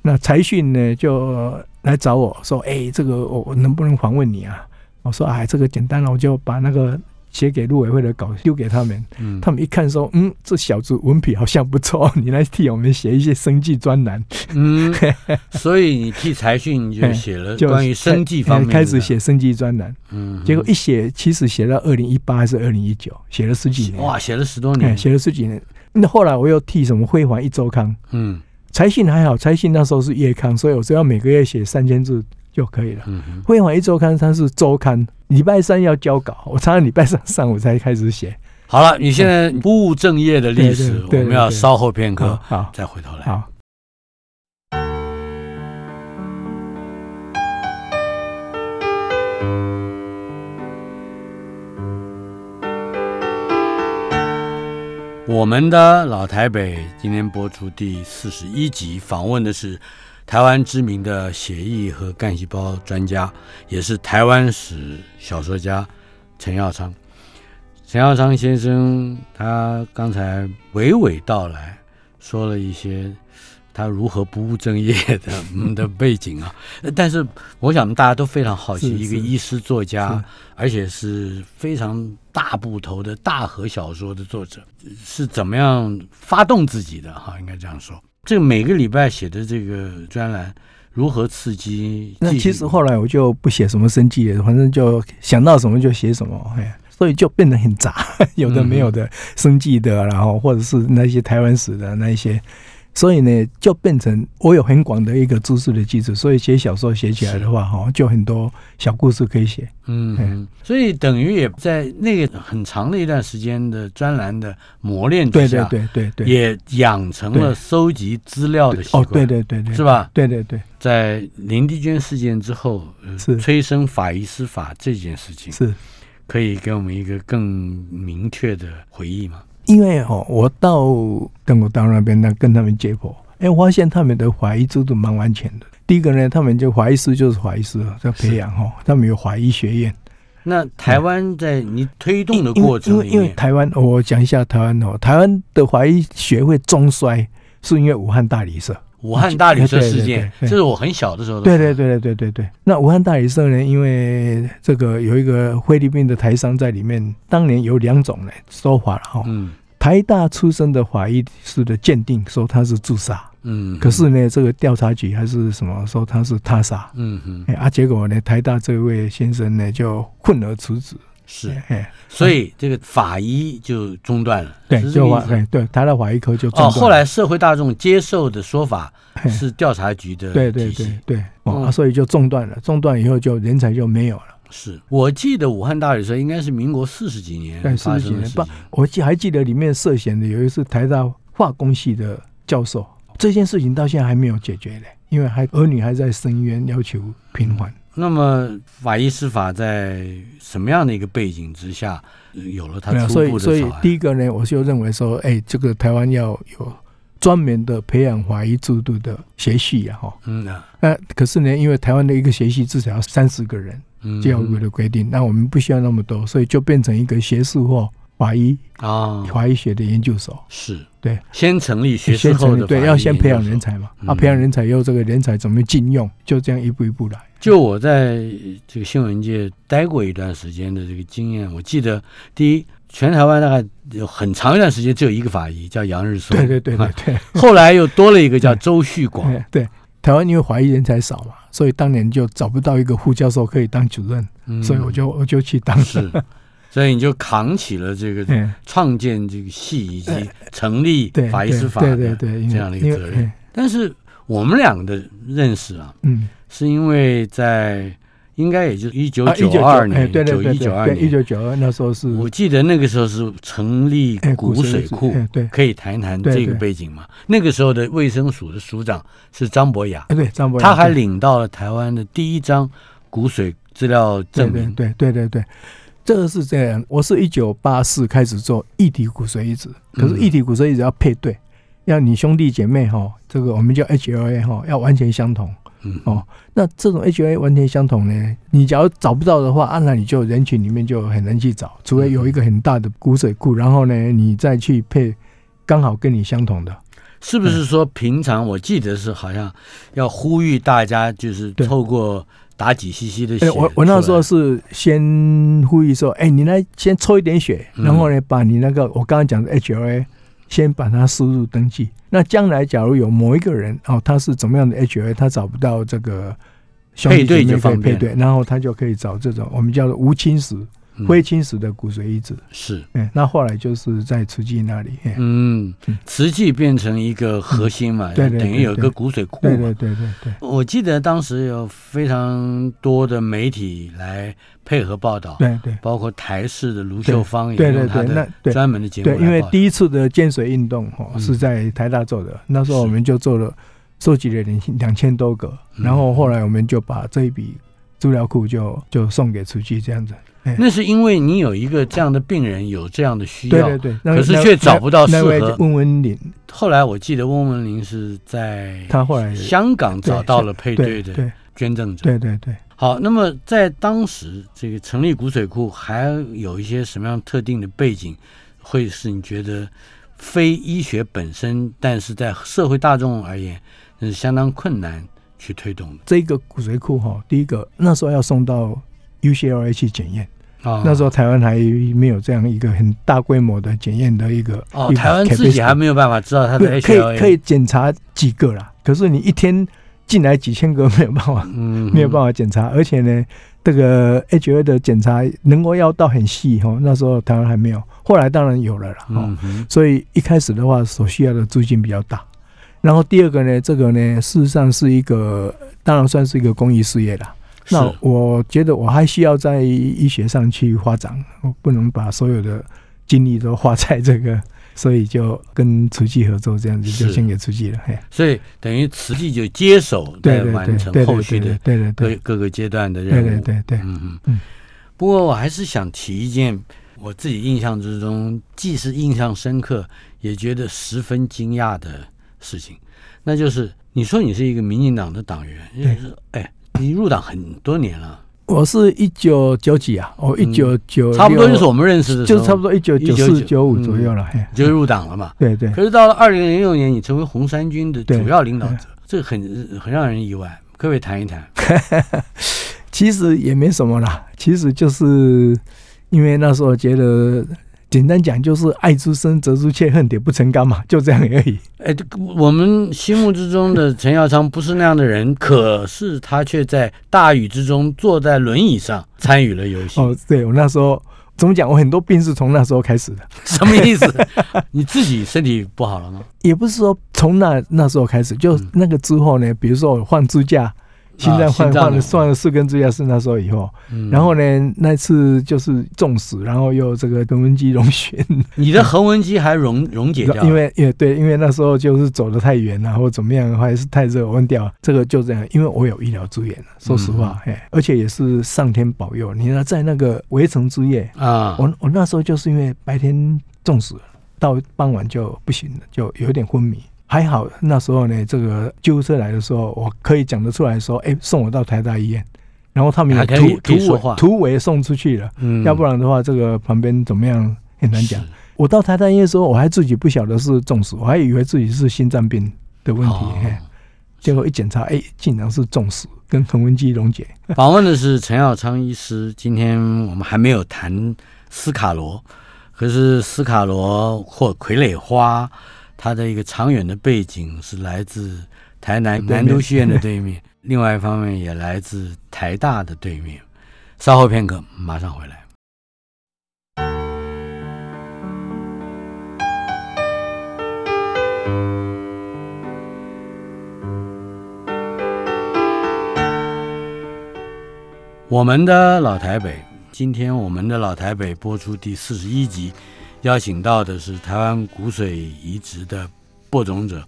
Speaker 4: 那财讯呢就来找我说，哎、这个我我能不能访问你啊？我说，哎，这个简单了，我就把那个写给陆委会的稿丢给他们。
Speaker 2: 哼，嗯
Speaker 4: 他们一看说，嗯，这小子文笔好像不错，你来替我们写一些生计专栏，
Speaker 2: 嗯， 所以你替财讯你就
Speaker 4: 哎
Speaker 2: 写了
Speaker 4: 就
Speaker 2: 呃关于生计方面的
Speaker 4: 哎开始，写生计专栏。
Speaker 2: 嗯哼，
Speaker 4: 结果一写，其实写到二零一八还是二零一九，写了十几年，
Speaker 2: 哇，写了十多
Speaker 4: 哎，
Speaker 2: 年，
Speaker 4: 写了十几年。那后来我又替什么辉煌一周刊，
Speaker 2: 嗯
Speaker 4: 财信还好，财信那时候是月刊，所以我只要每个月写三千字就可以了。
Speaker 2: 嗯哼，
Speaker 4: 汇环一周刊它是周刊，礼拜三要交稿，我常常礼拜三上午才开始写。
Speaker 2: 好了，你现在不务正业的历史，
Speaker 4: 哎对对
Speaker 2: 我
Speaker 4: 对对
Speaker 2: 们要稍后片刻
Speaker 4: 好
Speaker 2: 再回头来。
Speaker 4: 好，
Speaker 2: 我们的老台北今天播出第四十一集，访问的是台湾知名的血液和干细胞专家，也是台湾史小说家陈耀昌。陈耀昌先生，他刚才娓娓道来说了一些他如何不务正业的嗯的背景啊。 呃但是我想大家都非常好奇，
Speaker 4: 是
Speaker 2: 一个
Speaker 4: 是
Speaker 2: 医师作家，而且是非常大部头的大河小说的作者，是怎么样发动自己的哈？应该这样说。这个每个礼拜写的这个专栏，如何刺激？
Speaker 4: 那其实后来我就不写什么生计了，反正就想到什么就写什么，哎，所以就变得很杂，有的没有的生计的，然后或者是那些台湾史的那一些，所以呢，就变成我有很广的一个知识的基础，所以写小说写起来的话，哈，就很多小故事可以写。
Speaker 2: 嗯
Speaker 4: 嗯
Speaker 2: 哼，所以等于也在那个很长的一段时间的专栏的磨练之
Speaker 4: 对对
Speaker 2: 下，
Speaker 4: 对对对，
Speaker 2: 也养成了
Speaker 4: 对
Speaker 2: 收集资料的习惯，
Speaker 4: 哦，对对对对，
Speaker 2: 是？吧？
Speaker 4: 对对对，
Speaker 2: 在林丽娟事件之后，呃
Speaker 4: 是
Speaker 2: 催生法医司法这件事情，
Speaker 4: 是。
Speaker 2: 可以给我们一个更明确的回忆吗？
Speaker 4: 因为哦，我到邓国当那边呢，跟他们解剖，哎，发现他们的法医制度蛮完全的。第一个呢，他们就法医师就是法医师在培养哦，他们有法医学院。
Speaker 2: 那台湾在你推动的
Speaker 4: 嗯因为
Speaker 2: 过
Speaker 4: 因
Speaker 2: 程
Speaker 4: 为
Speaker 2: 里
Speaker 4: 因为
Speaker 2: 面，
Speaker 4: 台湾，哦我讲一下台湾哦，台湾的法医学会中衰是因为武汉大旅社。
Speaker 2: 武汉大旅社
Speaker 4: 对对
Speaker 2: 事件，这
Speaker 4: 对对
Speaker 2: 是我很小的时候的，
Speaker 4: 对对，对对对对对。那武汉大旅社呢，因为这个有一个菲律宾的台商在里面，当年有两种呢说法了哈、哦，
Speaker 2: 嗯
Speaker 4: 台大出身的法医师的鉴定说他是自杀。
Speaker 2: 嗯，
Speaker 4: 可是呢，这个调查局还是什么说他是他杀，
Speaker 2: 嗯哼
Speaker 4: 哎啊，结果呢，台大这位先生呢就混而处置，
Speaker 2: 是。
Speaker 4: 哎，
Speaker 2: 所以这个法医就中断了，
Speaker 4: 对，
Speaker 2: 是这
Speaker 4: 就
Speaker 2: 个
Speaker 4: 法
Speaker 2: 意思
Speaker 4: 哎对，台大法医科就中
Speaker 2: 哦。
Speaker 4: 断
Speaker 2: 后来社会大众接受的说法
Speaker 4: 哎
Speaker 2: 是调查局的
Speaker 4: 对对
Speaker 2: 体系
Speaker 4: 对对，哦，
Speaker 2: 嗯
Speaker 4: 啊所以就中断了，中断以后就人才就没有了。
Speaker 2: 是我记得武汉大旅社应该是民国四十几年
Speaker 4: 对，四
Speaker 2: 发
Speaker 4: 十几
Speaker 2: 生的
Speaker 4: 年
Speaker 2: 事情
Speaker 4: 不，我记还记得里面涉嫌的有一次台大化工系的教授，这件事情到现在还没有解决嘞，因为还儿女还在申冤要求平反。
Speaker 2: 那么法医司法在什么样的一个背景之下，呃有了它
Speaker 4: 对啊，
Speaker 2: 初
Speaker 4: 所以
Speaker 2: 步
Speaker 4: 所
Speaker 2: 的
Speaker 4: 以
Speaker 2: 草案？
Speaker 4: 第一个呢，我就认为说，哎，这个台湾要有专门的培养华裔制度的学系啊，哈。
Speaker 2: 嗯啊，
Speaker 4: 那可是呢，因为台湾的一个学系至少要三十个人，
Speaker 2: 嗯
Speaker 4: 教育部的规定，那我们不需要那么多，所以就变成一个学士或华裔
Speaker 2: 啊
Speaker 4: 华裔学的研究所。
Speaker 2: 是
Speaker 4: 对，
Speaker 2: 先成立学士
Speaker 4: 先
Speaker 2: 后
Speaker 4: 成立
Speaker 2: 的
Speaker 4: 对，
Speaker 2: 法医
Speaker 4: 要先培养
Speaker 2: 研
Speaker 4: 人
Speaker 2: 究所。
Speaker 4: 才嘛，
Speaker 2: 嗯
Speaker 4: 啊，培养人才以后，这个人才怎么禁用，就这样一步一步来。
Speaker 2: 就我在呃这个新闻界待过一段时间的这个经验，我记得第一，全台湾大概有很长一段时间只有一个法医叫杨日松，
Speaker 4: 对对对对
Speaker 2: 啊
Speaker 4: 对。
Speaker 2: 后来又多了一个叫周旭 广，
Speaker 4: 哎对，台湾因为华裔人才少嘛，所以当年就找不到一个副教授可以当主任，
Speaker 2: 嗯
Speaker 4: 所以我就我就去当
Speaker 2: 是，所以你就扛起了这个
Speaker 4: 嗯，
Speaker 2: 创建这个系以及成立
Speaker 4: 对，
Speaker 2: 法医
Speaker 4: 对
Speaker 2: 司法
Speaker 4: 对
Speaker 2: 的
Speaker 4: 对对，因为
Speaker 2: 这样的一个责。
Speaker 4: 因为
Speaker 2: 任。
Speaker 4: 哎
Speaker 2: 但是我们两个的认识啊，
Speaker 4: 嗯，
Speaker 2: 是因为在应该也就一九
Speaker 4: 啊
Speaker 2: 九
Speaker 4: 1992
Speaker 2: 二
Speaker 4: 哎
Speaker 2: 年，
Speaker 4: 对对
Speaker 2: 九
Speaker 4: 对
Speaker 2: 一
Speaker 4: 对
Speaker 2: 九二
Speaker 4: 对，一
Speaker 2: 年，
Speaker 4: 九九二那时候是
Speaker 2: 我记得那个时候是成立
Speaker 4: 哎
Speaker 2: 骨水库
Speaker 4: 哎，对，
Speaker 2: 可以谈一谈
Speaker 4: 对
Speaker 2: 这个
Speaker 4: 对
Speaker 2: 背景吗？那个时候的卫生署的署长是张博雅，
Speaker 4: 哎对，张伯
Speaker 2: 他
Speaker 4: 雅
Speaker 2: 还
Speaker 4: 对
Speaker 2: 领到了台湾的第一张骨髓资料证明。
Speaker 4: 对对对对对，这个是这样。我是一九八四开始做异体骨髓移植，可是
Speaker 2: 嗯
Speaker 4: 异体骨髓移植要配对，要你兄弟姐妹哈，这个我们叫 HLA 哈，要完全相同。
Speaker 2: 嗯
Speaker 4: 哦，那这种 HLA 完全相同呢，你假如找不到的话，啊，那你就人群里面就很难去找，
Speaker 2: 嗯
Speaker 4: 除非有一个很大的骨髓库，然后呢，你再去配刚好跟你相同的。
Speaker 2: 是不是说平常我记得是好像要呼吁大家，就是
Speaker 4: 对
Speaker 2: 透过打几 cc 的血出
Speaker 4: 哎，
Speaker 2: 来、
Speaker 4: 我我那时候是先呼吁说，哎、你来先抽一点血，
Speaker 2: 嗯
Speaker 4: 然后呢，把你那个我刚刚讲的 HLA 先把它输入登记。那将来假如有某一个人哦，他是怎么样的 HLA，他找不到这个兄弟
Speaker 2: 配对就
Speaker 4: 姐妹可以
Speaker 2: 方便
Speaker 4: 配对，然后他就可以找这种我们叫做无侵蚀、
Speaker 2: 嗯
Speaker 4: 非侵蚀的骨髓移植。
Speaker 2: 是
Speaker 4: 哎，那后来就是在慈济那里，哎
Speaker 2: 嗯，慈济变成一个核心嘛，
Speaker 4: 嗯对对
Speaker 2: 等于
Speaker 4: 对
Speaker 2: 有一个
Speaker 4: 对
Speaker 2: 骨髓库
Speaker 4: 对
Speaker 2: 嘛哦
Speaker 4: 对。对对对，
Speaker 2: 我记得当时有非常多的媒体来配合报道，
Speaker 4: 对对
Speaker 2: 包括台视的卢秀芳也
Speaker 4: 对
Speaker 2: 用
Speaker 4: 对
Speaker 2: 她
Speaker 4: 对，那
Speaker 2: 的
Speaker 4: 对
Speaker 2: 专门的节目来
Speaker 4: 对，
Speaker 2: 报道。
Speaker 4: 因为第一次的建水运动哦
Speaker 2: 嗯
Speaker 4: 是在台大做的，那时候
Speaker 2: 是
Speaker 4: 我们就做了收集了两两千多个，
Speaker 2: 嗯
Speaker 4: 然后后来我们就把这一笔资料库就就送给出去这样子。
Speaker 2: 那是因为你有一个这样的病人，有这样的需
Speaker 4: 对
Speaker 2: 要，
Speaker 4: 对对，那
Speaker 2: 可是
Speaker 4: 那
Speaker 2: 却找不到
Speaker 4: 那那位
Speaker 2: 适合
Speaker 4: 温文林，
Speaker 2: 后来我记得翁文玲是在
Speaker 4: 他后来
Speaker 2: 香港找到了配对
Speaker 4: 对
Speaker 2: 的
Speaker 4: 对
Speaker 2: 捐赠者。
Speaker 4: 对对对，
Speaker 2: 好，那么在当时这个成立骨髓库，还有一些什么样特定的背景，会是你觉得非医学本身，但是在社会大众而言，那是相当困难去推动的
Speaker 4: 这个骨髓库哈，第一个那时候要送到 UCLA 去检验，
Speaker 2: 啊。
Speaker 4: 那时候台湾还没有这样一个很大规模的检验的一个
Speaker 2: 哦，台湾自己还没有办法知道它
Speaker 4: 有
Speaker 2: 的 HLA，
Speaker 4: 可以可以检查几个啦，可是你一天进来几千个没有办法
Speaker 2: 嗯，
Speaker 4: 没有办法检查，而且呢，这个 H A 的检查能够要到很细哈，那时候台湾还没有，后来当然有了啦。哦
Speaker 2: 嗯哼，
Speaker 4: 所以一开始的话，所需要的租金比较大。然后第二个呢，这个呢，事实上是一个，当然算是一个公益事业啦。
Speaker 2: 是
Speaker 4: 那我觉得我还需要在医学上去发展，我不能把所有的精力都花在这个， 所以就跟慈济合作，这样子就是献给慈济了。嘿，
Speaker 2: 所以等于慈济就接手
Speaker 4: 对
Speaker 2: 在
Speaker 4: 对
Speaker 2: 完成
Speaker 4: 对对
Speaker 2: 后续
Speaker 4: 对
Speaker 2: 的
Speaker 4: 对对
Speaker 2: 各
Speaker 4: 对
Speaker 2: 各个阶段的任
Speaker 4: 对
Speaker 2: 务。
Speaker 4: 对对对，
Speaker 2: 嗯嗯
Speaker 4: 嗯。
Speaker 2: 不过我还是想提一件我自己印象之中既是印象深刻，也觉得十分惊讶的事情，那就是你说你是一个民进党的党员，就是哎，你入党很多年了，
Speaker 4: 我是一九九几啊，我一九九
Speaker 2: 嗯差不多就是我们认识的时候，
Speaker 4: 就差不多一九九四九五左右了。嘿，
Speaker 2: 你就入党了嘛。
Speaker 4: 对对
Speaker 2: 嗯可是到了二零零六年，你成为红三军的
Speaker 4: 对
Speaker 2: 主要领导者，这很很让人意外。可不可以谈一谈？
Speaker 4: 其实也没什么啦，其实就是因为那时候觉得，简单讲就是爱之深，责之切，恨铁不成钢嘛，就这样而已。
Speaker 2: 哎，这个我们心目之中的陈耀昌不是那样的人，可是他却在大雨之中坐在轮椅上参与了游戏，
Speaker 4: 哦，对我那时候怎么讲，我很多病是从那时候开始的，
Speaker 2: 什么意思？ 你自己身体不好了吗？
Speaker 4: 也不是说从那那时候开始，就
Speaker 2: 嗯
Speaker 4: 那个之后呢，比如说我换支架。心脏换
Speaker 2: 啊心脏
Speaker 4: 换了
Speaker 2: 的
Speaker 4: 换了四根支架是那时候以后，
Speaker 2: 嗯
Speaker 4: 然后呢，那次就是中暑，然后又这个肱温肌溶血，
Speaker 2: 你的横纹肌还溶溶解掉了，
Speaker 4: 因为也对，因为那时候就是走得太远了，或怎么样，还是太热温掉了，这个就这样。因为我有医疗资源了，说实话，
Speaker 2: 嗯
Speaker 4: 哎、而且也是上天保佑。你呢，在那个围城之夜，
Speaker 2: 啊，
Speaker 4: 我我那时候就是因为白天中暑了，到傍晚就不行了，就有点昏迷。还好那时候呢，这个救护车来的时候，我可以讲得出来说，哎、送我到台大医院，然后他们
Speaker 2: 还
Speaker 4: 也
Speaker 2: 可以
Speaker 4: 突
Speaker 2: 可以
Speaker 4: 突
Speaker 2: 说
Speaker 4: 围
Speaker 2: 话
Speaker 4: 突围送出去了，
Speaker 2: 嗯
Speaker 4: 要不然的话，这个旁边怎么样很难讲
Speaker 2: 是。
Speaker 4: 我到台大医院的时候，我还自己不晓得是中暑，我还以为自己是心脏病的问题，
Speaker 2: 哦
Speaker 4: 嘿结果一检查，哎、竟然是中暑，跟恒温机溶解。
Speaker 2: 访问的是陈耀昌医师。今天我们还没有谈斯卡罗，可是斯卡罗或傀儡花，它的一个长远的背景是来自台南
Speaker 4: 对面
Speaker 2: 南都戏院的对面，另外一方面也来自台大的对面。稍后片刻，马上回来。我们的老台北，今天我们的老台北播出第四十一集，邀请到的是台湾骨髓移植的播种者，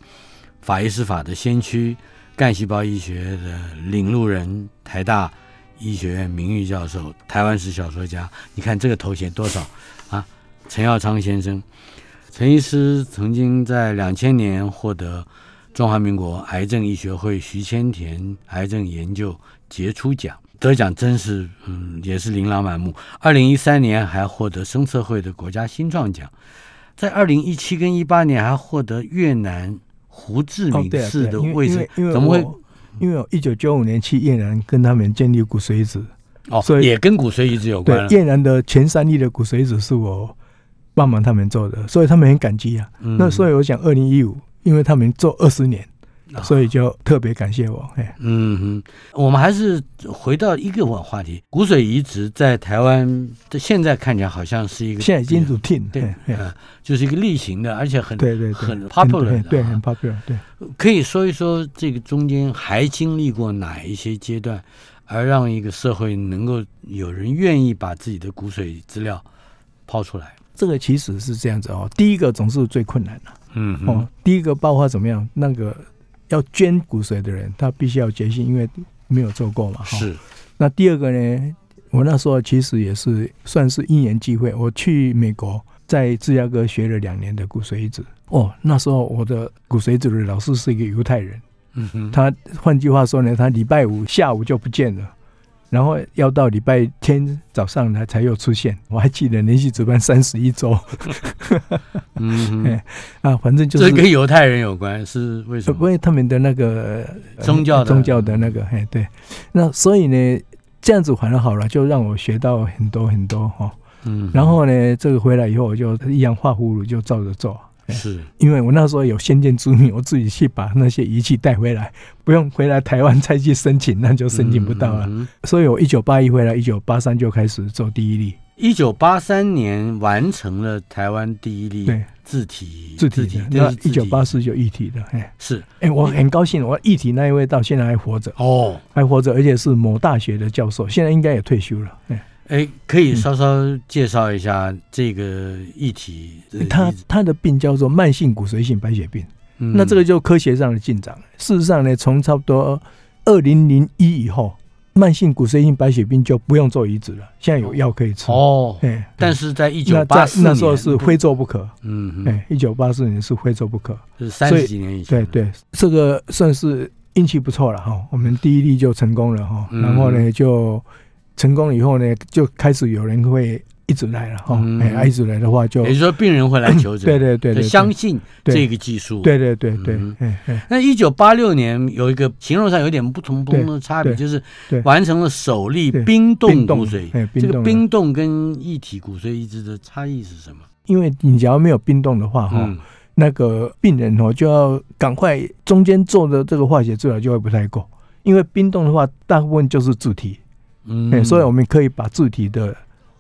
Speaker 2: 法医师法的先驱，干细胞医学的领路人，台大医学院名誉教授，台湾史小说家。你看这个头衔多少啊？陈耀昌先生，陈医师曾经在两千年获得中华民国癌症医学会徐千田癌症研究杰出奖。得奖真是，嗯，也是琳琅满目。二零一三年还获得生测会的国家新创奖，在二零一七跟一八年还获得越南胡志
Speaker 4: 哦，
Speaker 2: 明
Speaker 4: 对啊，
Speaker 2: 市
Speaker 4: 对
Speaker 2: 的
Speaker 4: 啊因
Speaker 2: 卫
Speaker 4: 为因
Speaker 2: 生
Speaker 4: 为因为
Speaker 2: 怎么会
Speaker 4: 我？因为我一九九五年去越南跟他们建立骨髓移植，
Speaker 2: 哦，
Speaker 4: 所以
Speaker 2: 也跟骨髓移植有关
Speaker 4: 对
Speaker 2: 了。
Speaker 4: 越南的前三例的骨髓移植是我帮忙他们做的，所以他们很感激啊。
Speaker 2: 嗯
Speaker 4: 那所以我想，二零一五，因为他们做二十年，
Speaker 2: 啊
Speaker 4: 所以就特别感谢我。哎，
Speaker 2: 嗯哼，我们还是回到一个话话题，骨髓移植在台湾这现在看起来好像是一个
Speaker 4: 现在已经 routine 了。
Speaker 2: 对
Speaker 4: 哎，哎
Speaker 2: 呃就是一个例行的，而且很
Speaker 4: 对对对，
Speaker 2: 很
Speaker 4: 对
Speaker 2: popular 的
Speaker 4: 对，很
Speaker 2: 啊
Speaker 4: popular，对。
Speaker 2: 可以说一说这个中间还经历过哪一些阶段，而让一个社会能够有人愿意把自己的骨髓资料抛出来。
Speaker 4: 这个其实是这样子哦，第一个总是最困难的、
Speaker 2: 嗯哼
Speaker 4: 哦。第一个包括怎么样？那个要捐骨髓的人，他必须要有决心，因为没有做过嘛。哦哈
Speaker 2: 是
Speaker 4: 那第二个呢，我那时候其实也是算是因缘际会，我去美国，在芝加哥学了两年的骨髓移植。哦，那时候我的骨髓移植的老师是一个犹太人，
Speaker 2: 嗯哼
Speaker 4: 他换句话说呢，他礼拜五下午就不见了，然后要到礼拜天早上它才又出现。我还记得连续值班三十一周
Speaker 2: 嗯哼，
Speaker 4: 啊，反正就是
Speaker 2: 这跟犹太人有关是为什
Speaker 4: 因
Speaker 2: 么？
Speaker 4: 为他们的那个呃
Speaker 2: 宗教的
Speaker 4: 宗教的那个，哎，对，那所以呢，这样子反而好了，就让我学到很多很多哈、哦。
Speaker 2: 嗯，
Speaker 4: 然后呢，这个回来以后，我就一样画葫芦就照着做，
Speaker 2: 是
Speaker 4: 因为我那时候有先见之明，我自己去把那些仪器带回来，不用回来台湾再去申请，那就申请不到啊了。
Speaker 2: 了。
Speaker 4: 所以我一九八一回来，一九八三就开始做第一例，
Speaker 2: 一九八三年完成了台湾第一例
Speaker 4: 对
Speaker 2: 字体
Speaker 4: 自体的。
Speaker 2: 那
Speaker 4: 那一九八四就一体的，哎
Speaker 2: 是
Speaker 4: 哎，我很高兴，我一体那一位到现在还活着。
Speaker 2: 哦，
Speaker 4: 还活着，而且是某大学的教授，现在应该也退休了。哎
Speaker 2: 哎，可以稍稍介绍一下这个议题的例子。
Speaker 4: 他他的病叫做慢性骨髓性白血病，
Speaker 2: 嗯
Speaker 4: 那这个就科学上的进展了。事实上呢，从差不多二零零一以后，慢性骨髓性白血病就不用做移植了，现在有药可以吃。
Speaker 2: 哦，
Speaker 4: 哎，
Speaker 2: 但是在一九
Speaker 4: 那在
Speaker 2: 八四
Speaker 4: 那时候是非，做不可。
Speaker 2: 嗯哼，
Speaker 4: 哎，一九八四年是非做不可。
Speaker 2: 是三十几年以前
Speaker 4: 对
Speaker 2: 了，
Speaker 4: 对，这个算是运气不错了哈。我们第一例就成功了哈，
Speaker 2: 嗯
Speaker 4: 然后呢就成功了以后呢，就开始有人会一直来了哈。
Speaker 2: 嗯
Speaker 4: 哎，啊一直来的话就
Speaker 2: 也就是说病人会来求诊，
Speaker 4: 对对对
Speaker 2: 他
Speaker 4: 对，
Speaker 2: 相信
Speaker 4: 对
Speaker 2: 这个技术。
Speaker 4: 对对对对
Speaker 2: 嗯，
Speaker 4: 哎哎
Speaker 2: 那一九八六年有一个形容上有点不同不同的差别，
Speaker 4: 对
Speaker 2: 就是
Speaker 4: 对
Speaker 2: 完成了首例
Speaker 4: 对
Speaker 2: 冰冻
Speaker 4: 冰
Speaker 2: 骨
Speaker 4: 冻
Speaker 2: 髓
Speaker 4: 哎。冰
Speaker 2: 这个
Speaker 4: 冻
Speaker 2: 冰冻跟一体骨髓移植的差异是什么？
Speaker 4: 因为你只要没有冰冻的话哈，
Speaker 2: 嗯，
Speaker 4: 那个病人哦就要赶快中间做的这个化学治疗就会不太够，因为冰冻的话大部分就是自体，哎，
Speaker 2: 嗯，
Speaker 4: 所以我们可以把自体的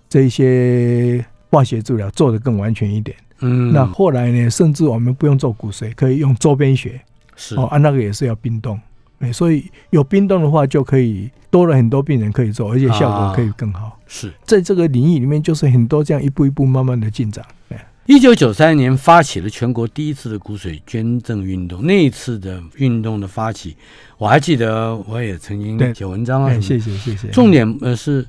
Speaker 4: 这一些化学治疗做得更完全一点。
Speaker 2: 嗯，
Speaker 4: 那后来呢，甚至我们不用做骨髓，可以用周边血
Speaker 2: 是
Speaker 4: 哦，啊，那个也是要冰冻，哎，所以有冰冻的话，就可以多了很多病人可以做，而且效
Speaker 2: 啊
Speaker 4: 果可以更好。
Speaker 2: 是。
Speaker 4: 在这个领域里面，就是很多这样一步一步慢慢的进展。哎
Speaker 2: 一九九三年发起了全国第一次的骨髓捐赠运动，那一次的运动的发起，我还记得，我也曾经
Speaker 4: 对
Speaker 2: 写文章啊什
Speaker 4: 哎，
Speaker 2: 么的
Speaker 4: 谢谢谢谢。
Speaker 2: 重点呃是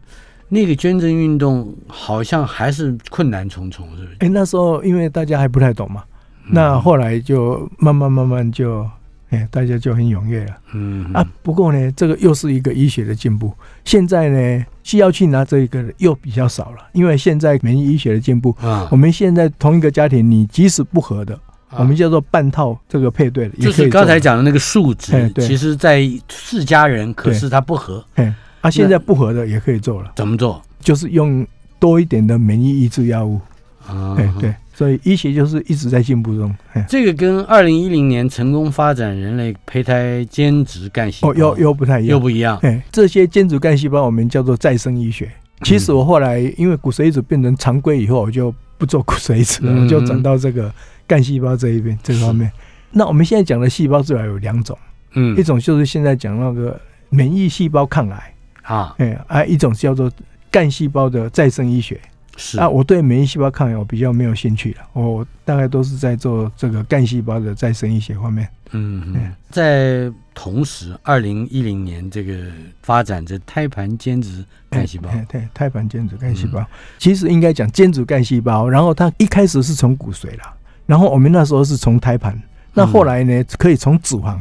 Speaker 2: 那个捐赠运动好像还是困难重重，是不是？
Speaker 4: 哎，那时候因为大家还不太懂嘛，那
Speaker 2: 嗯
Speaker 4: 后来就慢慢慢慢就，哎，大家就很踊跃了。
Speaker 2: 嗯
Speaker 4: 啊，不过呢，这个又是一个医学的进步。现在呢，需要去拿这个的又比较少了，因为现在免疫医学的进步，
Speaker 2: 啊
Speaker 4: 我们现在同一个家庭，你即使不合的，
Speaker 2: 啊
Speaker 4: 我们叫做半套这个配对的，也
Speaker 2: 就
Speaker 4: 可以
Speaker 2: 是
Speaker 4: 做
Speaker 2: 刚才，讲的那个数值
Speaker 4: 哎，对
Speaker 2: 其实在是家人，可是它不合，
Speaker 4: 哎，啊，现在不合的也可以做了，
Speaker 2: 怎么做？
Speaker 4: 就是用多一点的免疫抑制药物，
Speaker 2: 啊
Speaker 4: 哎，，对，所以医学就是一直在进步中，哎，
Speaker 2: 这个跟二零一零年成功发展人类胚胎间质干细胞
Speaker 4: 哦，又又不太一
Speaker 2: 又
Speaker 4: 样，
Speaker 2: 不一样，
Speaker 4: 哎，这些间质干细胞我们叫做再生医学。
Speaker 2: 嗯
Speaker 4: 其实我后来因为骨髓移植变成常规以后，我就不做骨髓移植了，
Speaker 2: 嗯
Speaker 4: 我就转到这个干细胞这一边这方面。那我们现在讲的细胞治疗有两种，
Speaker 2: 嗯
Speaker 4: 一种就是现在讲那个免疫细胞抗癌。
Speaker 2: 啊
Speaker 4: 哎，啊，一种叫做干细胞的再生医学。
Speaker 2: 是
Speaker 4: 啊，我对免疫细胞抗癌我比较没有兴趣了，我大概都是在做这个干细胞的再生医学方面。
Speaker 2: 嗯
Speaker 4: 哎
Speaker 2: 哼，在同时，二零一零年这个发展这胎盘间质干细胞嗯
Speaker 4: 哎对，胎盘间质干细胞，其实应该讲间质干细胞，然后它一开始是从骨髓啦，然后我们那时候是从胎盘，那后来
Speaker 2: 嗯
Speaker 4: 呢可以从脂肪，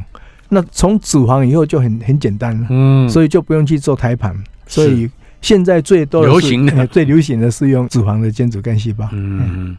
Speaker 4: 那从脂肪以后就很很简单了，
Speaker 2: 嗯，
Speaker 4: 所以就不用去做胎盘，所以现在最多
Speaker 2: 流
Speaker 4: 是
Speaker 2: 行的
Speaker 4: 哎最流行的是用脂肪的间质干细胞。
Speaker 2: 嗯，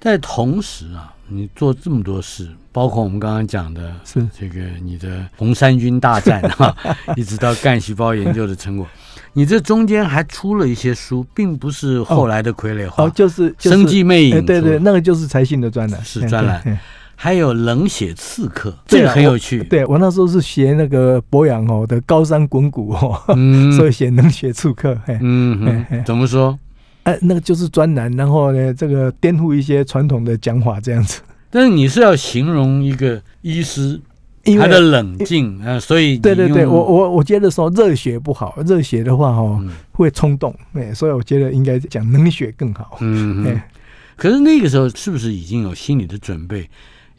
Speaker 2: 在同时啊，你做这么多事，包括我们刚刚讲的
Speaker 4: 是
Speaker 2: 这个你的红衫军大战啊， 一直到干细胞研究的成果，你这中间还出了一些书，并不是后来的傀儡化，
Speaker 4: 哦，就是就是
Speaker 2: 生计魅影》
Speaker 4: 哎，对对，
Speaker 2: 出了，
Speaker 4: 那个就是财信的专栏，
Speaker 2: 是
Speaker 4: 哎
Speaker 2: 专栏。
Speaker 4: 对哎
Speaker 2: 还有冷血刺客，
Speaker 4: 对
Speaker 2: 这
Speaker 4: 啊
Speaker 2: 个很有趣，
Speaker 4: 对我那时候是学那个博洋哦的《高山滚骨》 哦，
Speaker 2: 嗯，
Speaker 4: 所以写能学触客。哎，
Speaker 2: 嗯
Speaker 4: 嘿
Speaker 2: 哼，
Speaker 4: 嘿
Speaker 2: 怎么说？
Speaker 4: 哎，那个就是专栏，然后呢，这个颠覆一些传统的讲法这样子。
Speaker 2: 但是你是要形容一个医师
Speaker 4: 因
Speaker 2: 他的
Speaker 4: 为
Speaker 2: 冷静啊，所以你
Speaker 4: 对对对，
Speaker 2: 用
Speaker 4: 我我我觉得说热血不好，热血的话哦
Speaker 2: 嗯
Speaker 4: 会冲动，哎，所以我觉得应该讲能血更好。
Speaker 2: 嗯哼
Speaker 4: 哎。
Speaker 2: 可是那个时候是不是已经有心理的准备，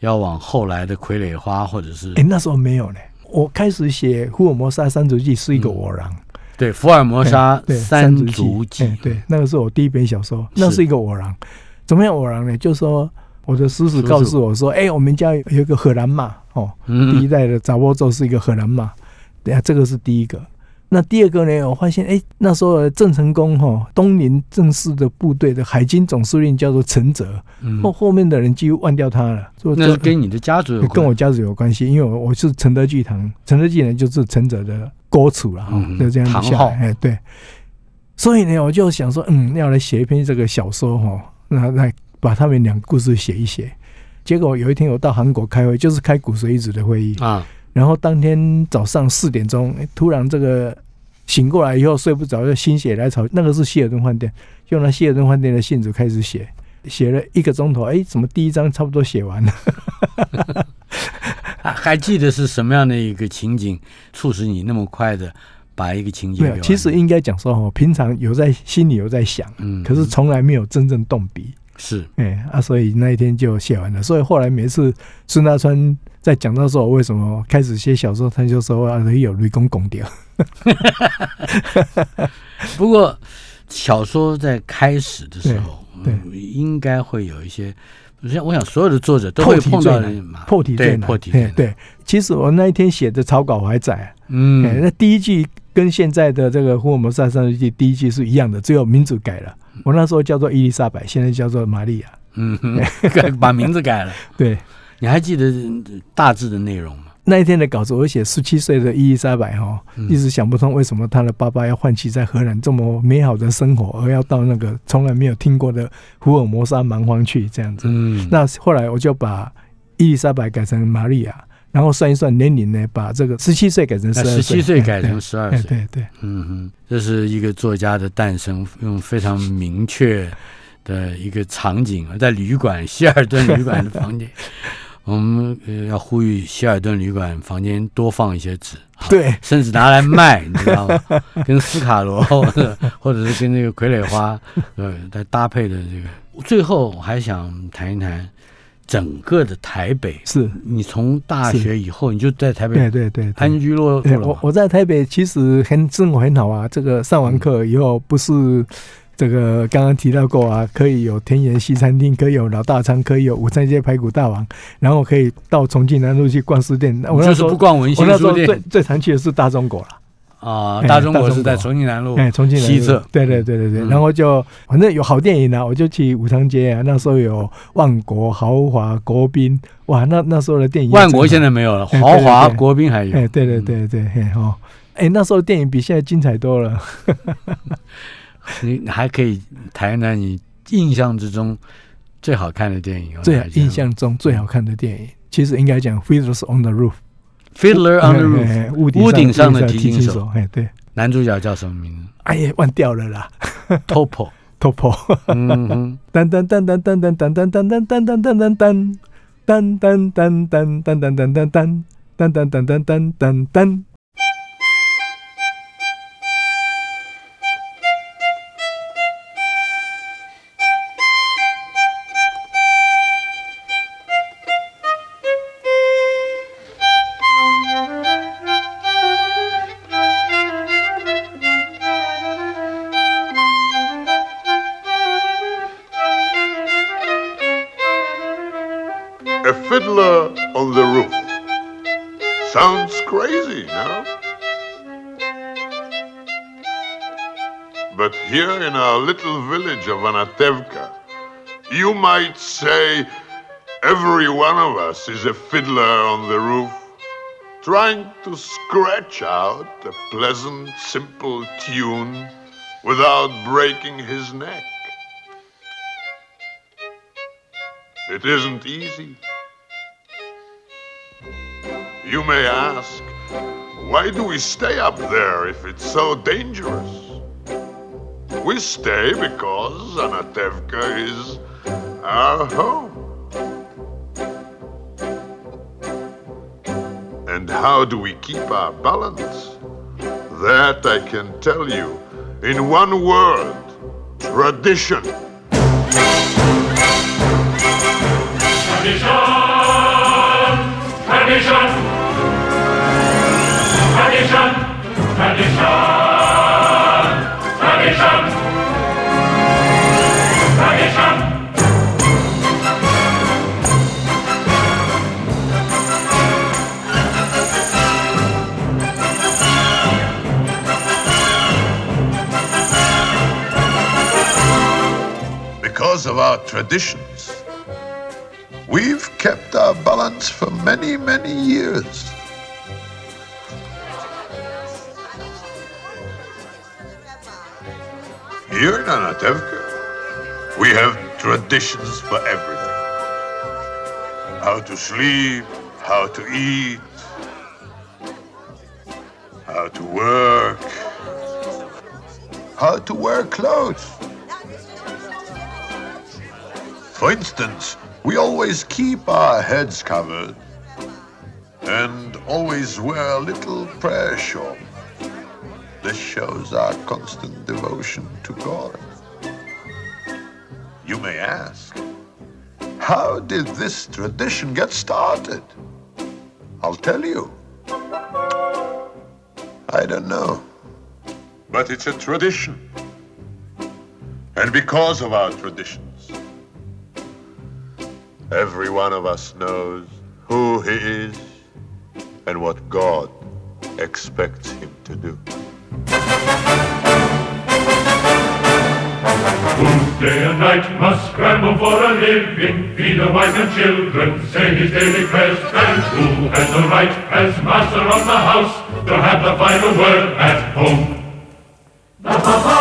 Speaker 2: 要往后来的傀儡花或者是
Speaker 4: 哎，那时候没有呢。我开始写《福尔摩沙三足记》是一个
Speaker 2: 嗯
Speaker 4: 偶然，
Speaker 2: 对福尔摩沙
Speaker 4: 哎对
Speaker 2: 三足
Speaker 4: 足
Speaker 2: 记？
Speaker 4: 哎对，那个是我第一本小说，
Speaker 2: 是
Speaker 4: 那是一个偶然。怎么样偶然呢？就说我的叔叔告诉我说，哎、我们家有一个荷兰马哦，第
Speaker 2: 嗯，
Speaker 4: 一啊代的杂波州是一个荷兰马，等下这个是第一个。那第二个呢，我发现哎、那时候的郑成功哈、东林正式的部队的海军总司令叫做陈泽，
Speaker 2: 嗯
Speaker 4: 后后面的人几乎忘掉他了。所以
Speaker 2: 那
Speaker 4: 这
Speaker 2: 是跟你的家族有关，
Speaker 4: 跟我家族有关系，因为我我是承德聚堂，承德聚呢就是承德的国楚了哈
Speaker 2: 嗯，
Speaker 4: 就这样
Speaker 2: 唐
Speaker 4: 下
Speaker 2: 昊
Speaker 4: 来，哎对。所以呢，我就想说，嗯，要来写一篇这个小说哈，那来把他们两个故事写一写。结果有一天我到韩国开会，就是开骨髓移植的会议，
Speaker 2: 啊，
Speaker 4: 然后当天早上四点钟，哎突然这个醒过来以后睡不着，就心血来潮，那个是希尔顿饭店，用了希尔顿饭店的信纸开始写，写了一个钟头，哎，怎么第一章差不多写 完了？
Speaker 2: 还还记得是什么样的一个情景促使你那么快的把一个情节给
Speaker 4: 没有，
Speaker 2: 完
Speaker 4: 其实应该讲说哦，平常有在心里有在想，
Speaker 2: 嗯，
Speaker 4: 可是从来没有真正动笔，
Speaker 2: 是
Speaker 4: 哎、啊，所以那一天就写完了。所以后来每次孙大川在讲到说我为什么开始写小说，他就说啊，有雷公拱掉，
Speaker 2: 不过，小说在开始的时候，
Speaker 4: 对
Speaker 2: 嗯应该会有一些，像我想所有的作者都
Speaker 4: 破
Speaker 2: 会
Speaker 4: 题
Speaker 2: 碰
Speaker 4: 最
Speaker 2: 到的
Speaker 4: 难
Speaker 2: 嘛，，
Speaker 4: 破题最
Speaker 2: 对
Speaker 4: 难，
Speaker 2: 破题最
Speaker 4: 哎
Speaker 2: 难，
Speaker 4: 对。其实我那一天写的草稿我还在、啊，哎、
Speaker 2: 嗯
Speaker 4: 那第一句跟现在的这个《福尔摩斯三日记》第一句是一样的，只有名字改了。我那时候叫做伊丽莎白，现在叫做玛利亚。
Speaker 2: 嗯哼，
Speaker 4: 哎
Speaker 2: 改 把名字改了。
Speaker 4: 对，
Speaker 2: 你还记得大致的内容吗？
Speaker 4: 那一天的稿子，我写十七岁的伊丽莎白哈，
Speaker 2: 嗯
Speaker 4: 一直想不通为什么她的爸爸要放弃在荷兰这么美好的生活，而要到那个从来没有听过的福尔摩沙蛮荒去这样子。
Speaker 2: 嗯，
Speaker 4: 那后来我就把伊丽莎白改成玛利亚，然后算一算年龄呢，把这个十七岁改成十二
Speaker 2: 啊十
Speaker 4: 岁，
Speaker 2: 七岁改成十
Speaker 4: 哎
Speaker 2: 二
Speaker 4: 对
Speaker 2: 岁，
Speaker 4: 对对
Speaker 2: 嗯哼，这是一个作家的诞生，用非常明确的一个场景，在旅馆希尔顿旅馆的 房间。我们呃要呼吁希尔顿旅馆房间多放一些纸，
Speaker 4: 对
Speaker 2: 甚至拿来卖，你知道 吗？跟斯卡罗或者或者是跟那个傀儡花，呃，来搭配的这个。最后我还想谈一谈整个的台北，
Speaker 4: 是，
Speaker 2: 你从大学以后你就在台
Speaker 4: 对
Speaker 2: 北
Speaker 4: 对对对。
Speaker 2: 安居落
Speaker 4: 哎
Speaker 2: 户了
Speaker 4: 我
Speaker 2: 嘛？
Speaker 4: 我在台北其实很生活很好啊，这个上完课以后不是。这个刚刚提到过啊，可以有田园西餐厅，可以有老大餐，可以有午餐街排骨大王，然后可以到重庆南路去逛书店。那我
Speaker 2: 你
Speaker 4: 那
Speaker 2: 就
Speaker 4: 时
Speaker 2: 是
Speaker 4: 候
Speaker 2: 不，逛文心
Speaker 4: 我那时候
Speaker 2: 书
Speaker 4: 最
Speaker 2: 店
Speaker 4: 最常去的是大中国了。
Speaker 2: 啊，
Speaker 4: 哎
Speaker 2: 大中国是
Speaker 4: 大
Speaker 2: 在
Speaker 4: 中国
Speaker 2: 重庆南路
Speaker 4: 哎，重庆南路
Speaker 2: 西侧，
Speaker 4: 对对对对对。
Speaker 2: 嗯
Speaker 4: 然后就反正有好电影啊，我就去武昌街啊。那时候有万国、豪华、国宾，哇，那那时候的电影。
Speaker 2: 万国现在没嗯有了，
Speaker 4: 哎
Speaker 2: 豪华
Speaker 4: 对对对
Speaker 2: 国宾还有
Speaker 4: 哎，。对对对对，嘿哦，哎，那时候电影比现在精彩多
Speaker 2: 哎
Speaker 4: 了。
Speaker 2: 嗯你还可以谈一谈你印象之中最好看的电影有哪一
Speaker 4: 最
Speaker 2: 些，
Speaker 4: 印象中最好看的电影，其实应该讲《Fiddlers on the Roof》
Speaker 2: 《Fiddler on the
Speaker 4: 嘿
Speaker 2: Roof
Speaker 4: 嘿》屋
Speaker 2: 屋顶
Speaker 4: 顶
Speaker 2: 上的
Speaker 4: 的
Speaker 2: 提琴
Speaker 4: 琴
Speaker 2: 手
Speaker 4: 手，哎，对，
Speaker 2: 男主角叫什么名字？
Speaker 4: 哎呀，忘掉了啦
Speaker 2: Topo，
Speaker 4: ，Topo，
Speaker 2: 嗯哼，
Speaker 4: 噔噔噔噔噔噔噔噔噔噔噔噔噔噔噔噔噔噔噔噔噔噔噔噔。噔噔噔噔噔噔噔，
Speaker 5: A fiddler on the roof. Sounds crazy, no? But here in our little village of Anatevka, you might say every one of us is a fiddler on the roof, trying to scratch out a pleasant, simple tune without breaking his neck. It isn't easy. You may ask, why do we stay up there if it's so dangerous? We stay because Anatevka is our home. And how do we keep our balance? That I can tell you in one word tradition.
Speaker 6: Tradition! Tradition! Tradition! Tradition! Tradition!
Speaker 5: of our traditions. We've kept our balance for many, many years. Here in Anatevka, we have traditions for everything how to sleep, how to eat, how to work, how to wear clothes. For instance, we always keep our heads covered and always wear a little prayer shawl. This shows our constant devotion to God. You may ask, how did this tradition get started? I'll tell you. I don't know. But it's a tradition. And because of our traditions, every one of us knows who he is and what God expects him to do.
Speaker 6: Day and night must scramble for a living, feed the wife and children, say his daily prayers, and who has the right as master of the house to have the final word at home? The papa,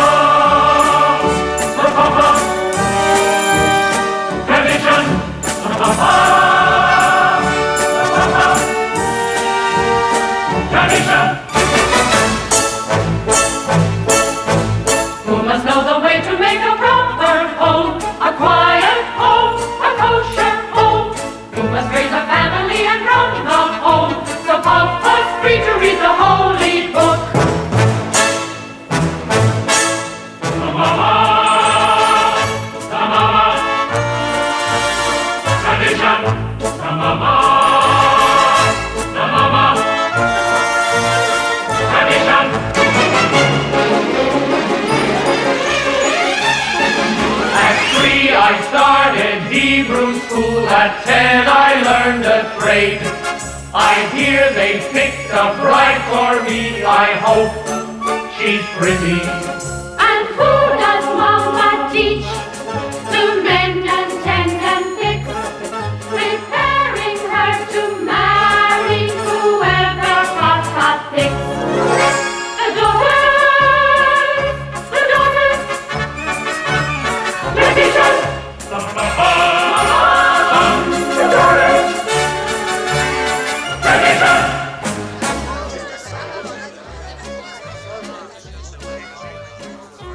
Speaker 6: the papa, tradition, the papa, the papa, tradition.
Speaker 7: Who must know the way to make a proper home, a quiet home, a kosher home? Who must raise a family and run the home? So Papa's free to read the holy book.
Speaker 6: The mama, the mama, tradition. The mama, the mama, tradition. At three, I started Hebrew school. At ten, I learned a trade. I hear they picked a bride for me. I hope she's pretty.
Speaker 7: And who does Mama teach? To mend and tend and pick, preparing her to marry whoever Papa picks. The daughters, the daughters, tradition.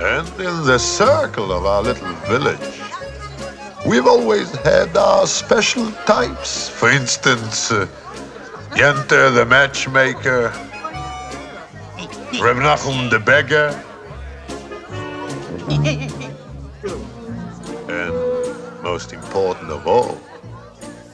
Speaker 5: And in the circle of our little village, we've always had our special types. For instance, uh, Yente the matchmaker, Reb Nachum the beggar, and most important of all,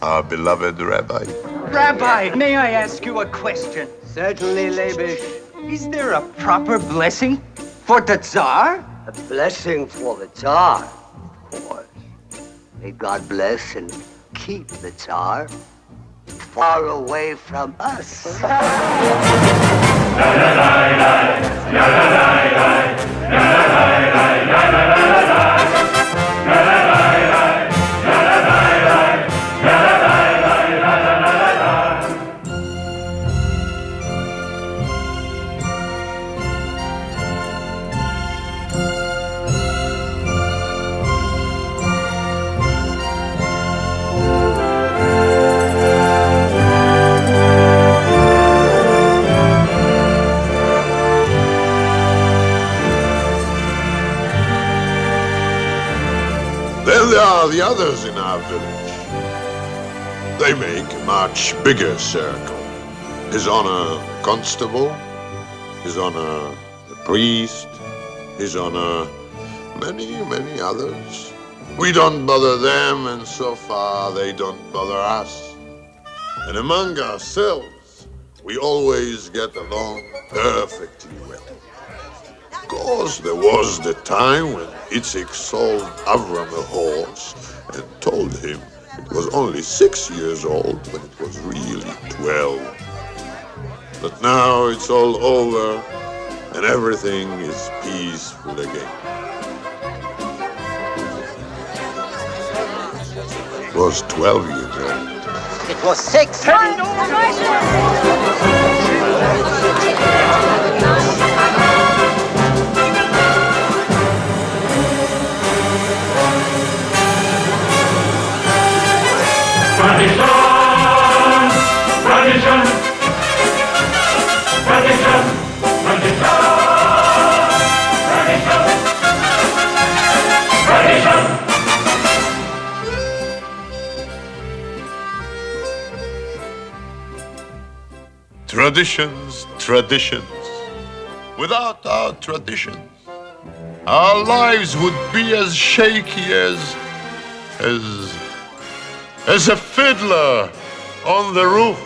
Speaker 5: our beloved rabbi.
Speaker 8: Rabbi, may I ask you a question? Certainly, Labish. Is there a proper blessing for the Tsar?
Speaker 9: A blessing for the Tsar, of course. May God bless and keep the Tsar far away from us.
Speaker 5: Then there are the others in our village. They make a much bigger circle. His Honor Constable, His Honor the Priest, His Honor many, many others. We don't bother them, and so far they don't bother us. And among ourselves, we always get along perfectly well. Of course, there was the time when Itzik sold Avram a horse and told him it was only six years old when it was really twelve. But now it's all over and everything is peaceful again. was 12 years old.
Speaker 9: It was six.
Speaker 6: Tradition! Tradition! Tradition! Tradition! Tradition! Tradition!
Speaker 5: Traditions, traditions. Without our traditions, our lives would be as shaky as. as. as a fiddler on the roof.